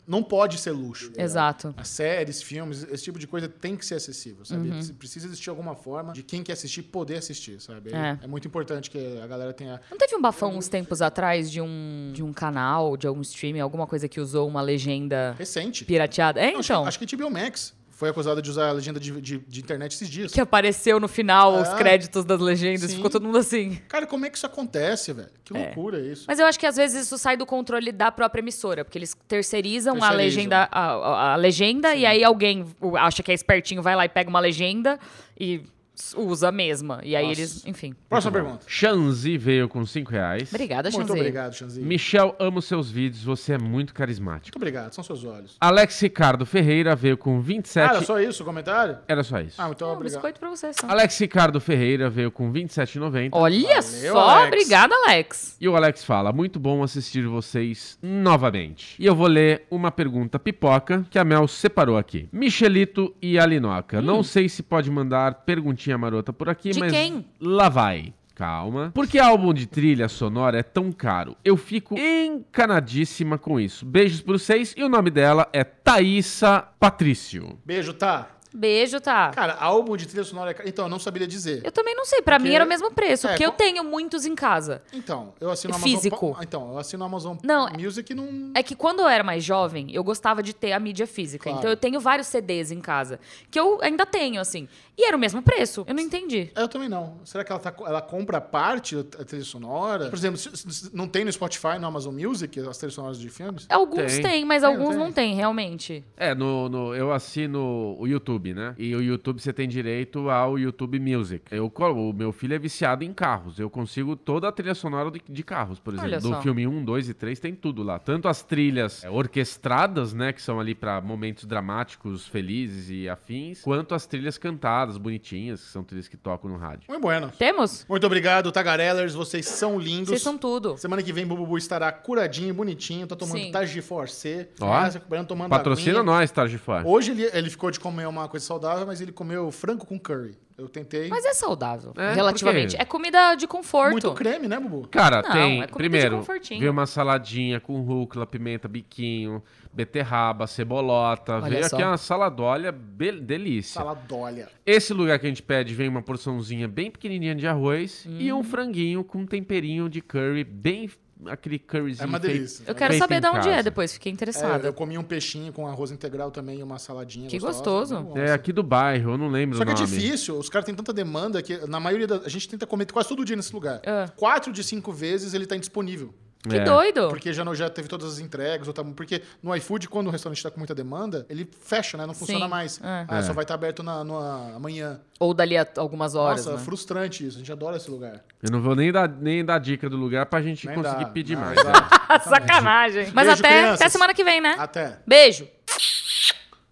Speaker 1: não pode ser luxo.
Speaker 2: Exato.
Speaker 1: As séries, filmes, esse tipo de coisa tem que ser acessível, sabe?
Speaker 2: Uhum.
Speaker 1: Precisa existir alguma forma de quem quer assistir poder assistir, sabe?
Speaker 2: É.
Speaker 1: muito importante que a galera tenha.
Speaker 2: Não teve um bafão uns tempos atrás de um, de um canal, de algum streaming, alguma coisa que usou uma legenda
Speaker 1: Recente.
Speaker 2: pirateada? É,
Speaker 1: Não,
Speaker 2: então.
Speaker 1: Acho, que HBO Max foi acusada de usar a legenda de, de- de internet esses dias.
Speaker 2: Que apareceu no final os
Speaker 1: Ah,
Speaker 2: créditos das legendas.
Speaker 1: sim.
Speaker 2: Ficou todo mundo assim.
Speaker 1: Cara, como é que isso acontece, velho? Que loucura é isso.
Speaker 2: Mas eu acho que às vezes isso sai do controle da própria emissora, porque eles terceirizam, a
Speaker 1: Terceirizam.
Speaker 2: legenda, a, a- a legenda e aí alguém o- acha que é espertinho, vai lá e pega uma legenda e s- usa a mesma. E aí
Speaker 1: Nossa.
Speaker 2: eles, enfim.
Speaker 1: Próxima pergunta.
Speaker 4: Shanzi veio com 5 reais.
Speaker 2: Obrigada,
Speaker 1: Muito
Speaker 2: Chanzei.
Speaker 1: obrigado, Chanzinho.
Speaker 4: Michel, amo seus vídeos, você é muito carismático.
Speaker 1: Muito obrigado, são seus olhos.
Speaker 4: Alex Ricardo Ferreira veio com 27.
Speaker 1: Ah, era só isso o comentário?
Speaker 4: Era só isso.
Speaker 1: Ah, então
Speaker 2: É, um
Speaker 1: obrigado.
Speaker 2: biscoito pra você só.
Speaker 4: Alex Ricardo Ferreira veio com 27,90.
Speaker 2: Olha
Speaker 1: Valeu,
Speaker 2: só,
Speaker 1: Alex.
Speaker 2: obrigada, Alex.
Speaker 4: E o Alex fala: muito bom assistir vocês novamente. E eu vou ler uma pergunta pipoca que a Mel separou aqui. Michelito e Alinoca. Não sei se pode mandar perguntinha marota por aqui,
Speaker 2: Hum. De
Speaker 4: mas.
Speaker 2: quem?
Speaker 4: Lá vai. Calma. Por que álbum de trilha sonora é tão caro? Eu fico encanadíssima com isso. Beijos pra vocês. E o nome dela é Thaísa Patrício.
Speaker 1: Beijo, tá?
Speaker 2: Beijo, tá.
Speaker 1: Cara, álbum de trilha sonora é caro. Então, eu não saberia dizer.
Speaker 2: Eu também não sei, pra mim
Speaker 1: Porque-
Speaker 2: era o mesmo preço,
Speaker 1: É,
Speaker 2: porque eu
Speaker 1: com-
Speaker 2: tenho muitos em casa.
Speaker 1: Então, eu assino
Speaker 2: É Físico.
Speaker 1: Amazon... Então, eu assino Amazon
Speaker 2: Não, é-
Speaker 1: Music e não...
Speaker 2: É que quando eu era mais jovem, eu gostava de ter a mídia física.
Speaker 1: Claro.
Speaker 2: Então eu tenho vários CDs em casa, que eu ainda tenho, assim. E era o mesmo preço. Eu não entendi.
Speaker 1: Eu também não. Será que ela, tá, ela compra a parte da trilha sonora? Por exemplo, se- se- se não tem no Spotify, no Amazon Music, as trilhas sonoras de filmes?
Speaker 2: Alguns
Speaker 4: Tem.
Speaker 2: têm, mas
Speaker 1: Tem,
Speaker 2: alguns
Speaker 1: tem.
Speaker 2: não têm, realmente.
Speaker 4: É, no, no- eu assino o YouTube, né? E o YouTube você tem direito ao YouTube Music. Eu, co- o meu filho é viciado em carros. Eu consigo toda a trilha sonora de, de carros, por
Speaker 2: Olha
Speaker 4: exemplo.
Speaker 2: só.
Speaker 4: Do filme 1, 2 e 3 tem tudo lá. Tanto as trilhas é, orquestradas, né? Que são ali pra momentos dramáticos, felizes e afins. Quanto as trilhas cantadas, bonitinhas, que são trilhas que tocam no rádio.
Speaker 1: Muito bueno.
Speaker 2: Temos?
Speaker 1: Muito obrigado, Tagarellers. Vocês são lindos.
Speaker 2: Vocês são tudo.
Speaker 1: Semana que vem, Bububu estará curadinho, bonitinho. Tá
Speaker 2: Sim.
Speaker 1: tomando Taj de Force.
Speaker 4: Ó.
Speaker 1: Ah, se recuperando, tomando
Speaker 4: Patrocina
Speaker 1: aguinha.
Speaker 4: nós, Targifar.
Speaker 1: Hoje ele, ele ficou de comer uma coisa saudável, mas ele comeu frango com curry. Eu tentei.
Speaker 2: Mas é saudável,
Speaker 4: É,
Speaker 2: relativamente.
Speaker 4: por quê?
Speaker 2: É comida de conforto.
Speaker 1: Muito creme, né, Bubu?
Speaker 4: Cara,
Speaker 2: Não, é
Speaker 4: tem.
Speaker 2: comida de
Speaker 4: primeiro,
Speaker 2: confortinho.
Speaker 4: veio uma saladinha com rúcula, pimenta, biquinho, beterraba, cebolota.
Speaker 2: Olha
Speaker 4: veio
Speaker 2: só.
Speaker 4: aqui uma saladolha be- delícia.
Speaker 1: Saladolha.
Speaker 4: Esse lugar que a gente pede vem uma porçãozinha bem pequenininha de arroz e
Speaker 2: Hum.
Speaker 4: um franguinho com um temperinho de curry, bem aquele curryzinho.
Speaker 1: É uma
Speaker 4: feito-
Speaker 1: delícia.
Speaker 2: Eu quero
Speaker 4: Feito
Speaker 2: saber
Speaker 4: em
Speaker 2: de onde é
Speaker 4: casa.
Speaker 2: depois, fiquei
Speaker 1: É,
Speaker 2: interessada.
Speaker 1: eu comi um peixinho com arroz integral também e uma saladinha.
Speaker 2: Que
Speaker 1: gostosa.
Speaker 2: gostoso.
Speaker 1: Nossa.
Speaker 4: É aqui do bairro, eu não lembro
Speaker 1: Só
Speaker 4: o
Speaker 1: que é
Speaker 4: nome.
Speaker 1: difícil, os caras têm tanta demanda que na maioria da. A gente tenta comer quase todo dia nesse lugar.
Speaker 2: Ah.
Speaker 1: Quatro de cinco vezes ele tá indisponível.
Speaker 2: Que
Speaker 4: É.
Speaker 2: doido.
Speaker 1: Porque já, não, já teve todas as entregas. Ou tá, porque no iFood, quando o restaurante tá com muita demanda, ele fecha, né? Não funciona
Speaker 2: Sim.
Speaker 1: mais.
Speaker 2: É.
Speaker 1: Ah,
Speaker 4: É.
Speaker 1: só vai estar aberto na, no- amanhã.
Speaker 2: Ou dali a algumas horas,
Speaker 1: Nossa,
Speaker 2: né?
Speaker 1: frustrante isso. A gente adora esse lugar.
Speaker 4: Eu não vou nem dar, nem dar dica do lugar pra gente
Speaker 1: Nem
Speaker 4: conseguir
Speaker 1: dá.
Speaker 4: pedir
Speaker 1: Não,
Speaker 4: mais.
Speaker 1: exato.
Speaker 4: né?
Speaker 2: Sacanagem. Mas
Speaker 1: Beijo,
Speaker 2: até,
Speaker 1: crianças.
Speaker 2: até semana que vem, né?
Speaker 1: Até
Speaker 2: Beijo.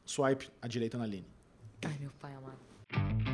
Speaker 1: swipe à direita na linha.
Speaker 2: Ai, meu pai amado.